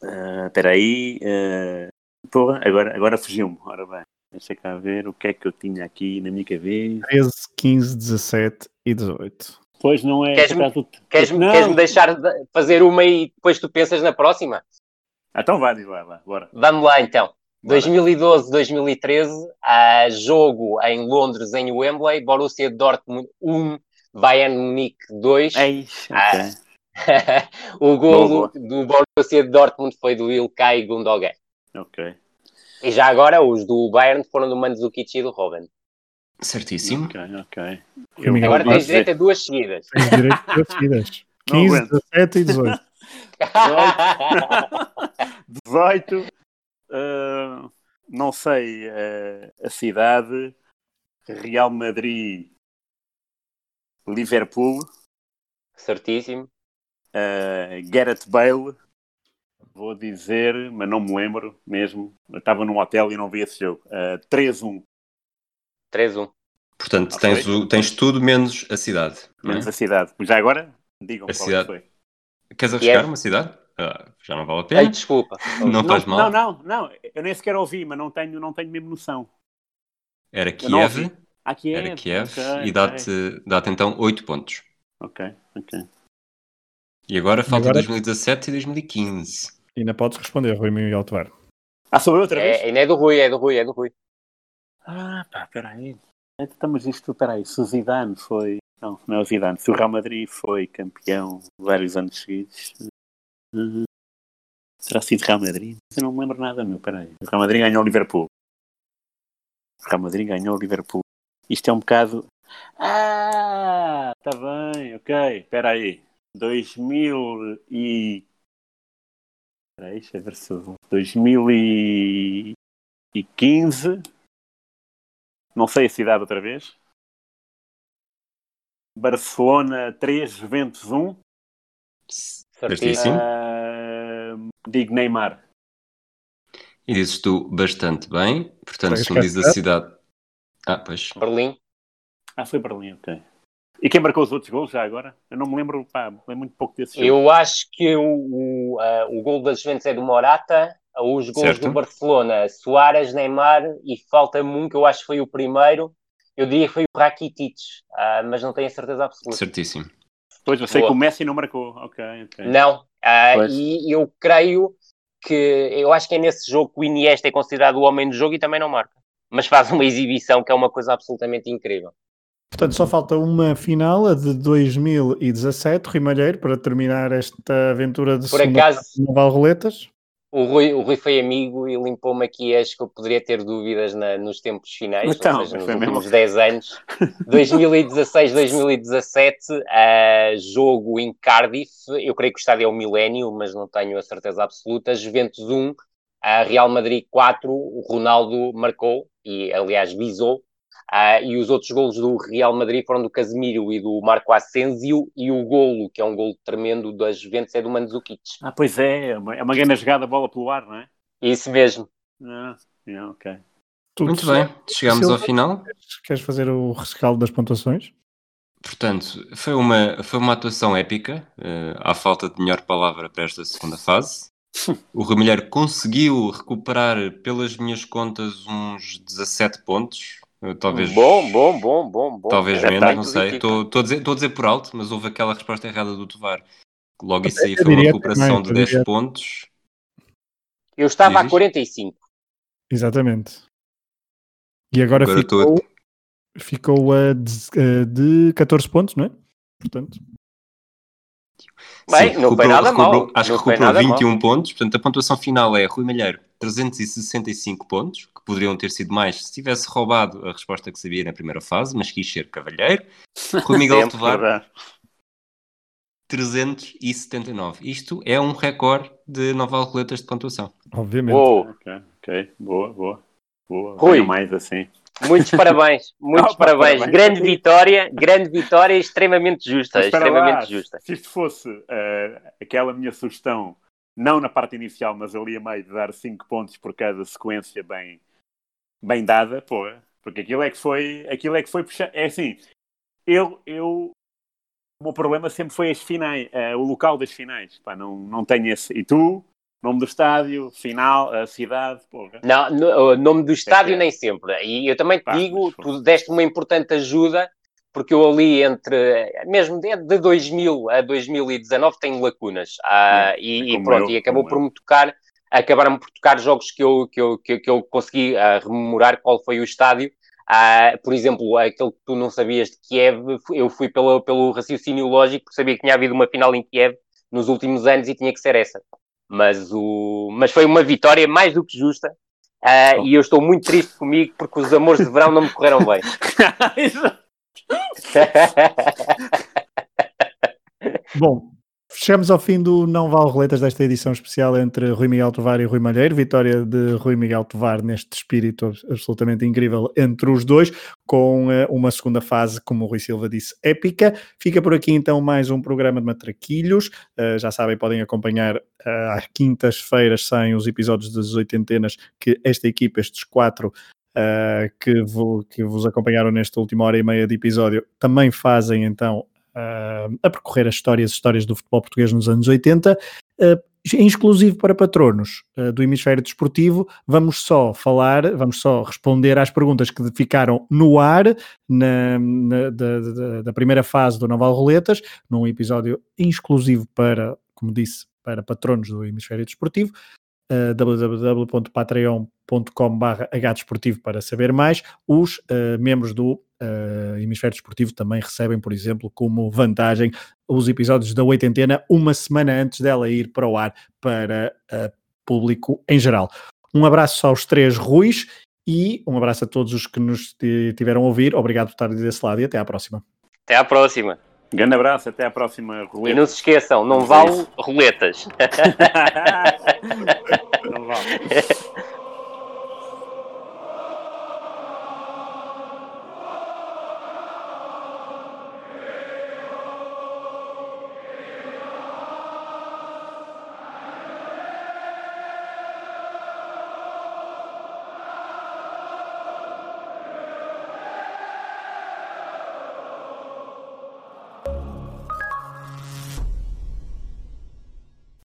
ah, Espera aí. ah, porra, agora, agora fugiu-me. Ora bem, deixa cá ver o que é que eu tinha aqui na minha cabeça.
13, 15, 17 e 18.
Pois não é.
Queres-me-
por causa do-
Queres-me
Não.
queres-me deixar de- fazer uma e depois tu pensas na próxima?
Ah, então vá, diz lá, vá, bora.
Vamos lá então. 2012, 2013, há jogo em Londres, em Wembley, Borussia Dortmund 1, Bayern Munique 2.
É isso.
Ah.
ok.
[laughs] o golo
Boa,
do Borussia Dortmund foi do Ilkay Gundogan.
Ok.
E já agora os do Bayern foram do Mandzukic e do Robin.
Certíssimo.
Ok, ok.
Rui Miguel,
Agora
vá.
tens
posso dizer.
direito a duas seguidas.
Tens direito a duas seguidas.
[laughs] Não
15,
aguento.
17
[laughs]
e 18.
18. ah, não sei ah, a cidade. Real Madrid. Liverpool.
[laughs] Certíssimo.
ah, Gareth Bale. Vou dizer, mas não me lembro mesmo. Eu estava num hotel e não vi esse jogo. Ah, 3-1,
3-1.
Portanto, tens, o- tens tudo Ah, menos a cidade. não é?
menos a cidade. Já agora, digam
A
qual
cidade.
é que foi.
Queres arriscar
Kiev.
uma cidade? Ah, já não vale a
Ei,
pena.
desculpa.
Não faz mal.
Não, não, não. Eu nem sequer ouvi, mas não tenho, não tenho mesmo noção.
Era
Eu não
Kiev.
ouvi. Ah, Kiev.
Era Kiev.
ok,
e dá-te dá-te então 8 pontos.
Ok, ok.
E agora falta
agora?
2017 e 2015.
E não podes responder, Rui Miguel Tovar.
Ah, sou eu outra vez?
É, ainda é do Rui, é do Rui, é do Rui.
Ah, pá, peraí. Então, mas isto, peraí, se o Zidane foi... Não, não é o Zidane. Se o Real Madrid foi campeão vários anos seguidos... eh, Será sido Real Madrid? Eu não me lembro nada, meu, peraí. O Real Madrid ganhou o Liverpool. O Real Madrid ganhou o Liverpool. Isto é um bocado... Ah, tá bem, ok. Peraí. 2000 e... Peraí, deixa eu ver se... eu vou. 2015... Não sei a cidade outra vez. Barcelona 3, Juventus 1.
Certíssimo.
Certíssimo. Sim.
Ah, digo Neymar.
E dizes tu bastante bem. Portanto,
Vais
se não dizes a
cá.
cidade. Ah, pois.
Berlim.
Ah, foi Berlim, ok. E quem marcou os outros gols já agora? Eu não me lembro, pá, é muito pouco desse jogo.
Eu acho que o, o, ah, o gol da Juventus é do Morata, os gols
Certo.
do Barcelona, Soares, Neymar e falta-me um que eu acho que foi o primeiro. Eu diria que foi o Rakitic, ah, mas não tenho a certeza absoluta.
Certíssimo.
Pois, eu sei
Boa.
que o Messi não marcou. Ok, ok.
Não, ah,
Pois.
e eu creio que eu acho que é nesse jogo que o Iniesta é considerado o homem do jogo e também não marca. Mas faz uma exibição que é uma coisa absolutamente incrível.
Portanto, só falta uma final, a de 2017, Rimalheiro, para terminar esta aventura de
Por
segunda
acaso,
parte no Valroletas.
o Rui, o Rui foi amigo e limpou-me aqui as que eu poderia ter dúvidas na- nos tempos finais,
Então,
ou seja, nos
foi mesmo.
últimos 10
[laughs]
anos. 2016, 2017, ah, jogo em Cardiff, eu creio que o estádio é o Milênio, mas não tenho a certeza absoluta. Juventus 1, ah, Real Madrid 4, o Ronaldo marcou e, aliás, visou. Ah, e os outros golos do Real Madrid foram do Casemiro e do Marco Asensio, e o golo, que é um golo tremendo da Juventus, é do Mandzukic.
Ah, pois é, é uma, é uma grande jogada, bola pelo ar, não é?
Isso mesmo.
Ah, é, ok.
Tu,
Muito
Silva,
bem, chegámos ao
Silva.
final.
Queres fazer o rescaldo das pontuações?
Portanto, foi uma, foi uma atuação épica, eh, à falta de melhor palavra para esta segunda fase. O Ramilheiro conseguiu recuperar, pelas minhas contas, uns 17 pontos. eh, Talvez,
Bom, bom, bom, bom, bom.
talvez
Era
menos, não
tanto
sei.
de
Estou estou a, dizer- estou a dizer por alto, mas houve aquela resposta errada do Tovar. Logo isso aí
Eu
foi uma
diria
recuperação
também,
de
eu
10
diria.
pontos.
Eu estava a
Diz.
45.
Exatamente. E agora,
Agora
ficou, ficou a de, a de 14 pontos, não é? Portanto,
Bem, não foi nada
recuperou-
mal.
Acho
Não
que
foi
recuperou
nada mal.
21 pontos. Portanto, a pontuação final é Rui Malheiro, 365 pontos, que poderiam ter sido mais se tivesse roubado a resposta que sabia na primeira fase, mas quis ser cavalheiro.
[laughs]
Rui Miguel
Sempre,
Tovar,
verdade.
379. Isto é um recorde de Noval Roletas de pontuação. um
obviamente.
Uou,
Ok, ok. Boa, boa. Boa.
Rui.
Venham mais assim.
muitos
[laughs]
parabéns, muitos
Opa,
parabéns.
parabéns.
Grande vitória, grande vitória extremamente justa,
Mas espera
extremamente
lá,
justa.
Se isto fosse eh, aquela minha sugestão, não na parte inicial, mas ali a meio de dar 5 pontos por cada sequência bem, bem dada, pô, porque aquilo é que foi, aquilo é que foi puxar. É assim, eu, eu o meu problema sempre foi as finais, eh, o local das finais, pá, não, não tenho esse. E tu, nome do estádio, final, a cidade, porra.
Não, no- o nome do estádio
é.
nem sempre. E eu também te
Pá,
digo,
mas foi.
tu deste uma importante ajuda, porque eu ali entre, eh, mesmo de de 2000 a 2019, tenho lacunas. Ah, e, e
é como
pronto,
eu,
e acabou
como
por
eu.
me tocar, acabaram por tocar jogos que eu, que eu, que, eu- que eu consegui ah, rememorar qual foi o estádio. Ah, por exemplo, aquele que tu não sabias de Kiev, eu fui pelo, pelo raciocínio lógico, porque sabia que tinha havido uma final em Kiev nos últimos anos e tinha que ser essa. Mas, o, mas foi uma vitória mais do que justa. Ah,
Oh.
E eu estou muito triste comigo porque os amores de verão não me correram
[laughs]
bem.
Bom, chegamos ao fim do Não Vale Roletas desta edição especial entre Rui Miguel Tovar e Rui Malheiro. Vitória de Rui Miguel Tovar neste espírito abs- absolutamente incrível entre os dois, com eh, uma segunda fase, como o Rui Silva disse, épica. Fica por aqui então mais um programa de Matraquilhos. Eh, já sabem, podem acompanhar eh, às quintas-feiras saem os episódios das oitentenas que esta equipa, estes quatro. eh, que, vo- que vos acompanharam nesta última hora e meia de episódio, também fazem então ah, a percorrer as histórias, histórias do futebol português nos anos 80. ah, em exclusivo para patronos ah, do hemisfério desportivo, vamos só falar, vamos só responder às perguntas que ficaram no ar na, na- da, da- da primeira fase do Naval Roletas, num episódio exclusivo para, como disse, para patronos do hemisfério desportivo, ah, www.patreon.com.br hdesportivo para saber mais. Os ah, membros do ah, hemisfério desportivo também recebem, por exemplo, como vantagem os episódios da oitentena uma semana antes dela ir para o ar para ah, público em geral. Um abraço aos três Ruiz e um abraço a todos os que nos ti- tiveram a ouvir. Obrigado por estarem desse lado e até à próxima.
Até à próxima.
Grande abraço, até à próxima
E
roleta. [laughs]
não se esqueçam, não
Vamos a
vale roletas.
não vale.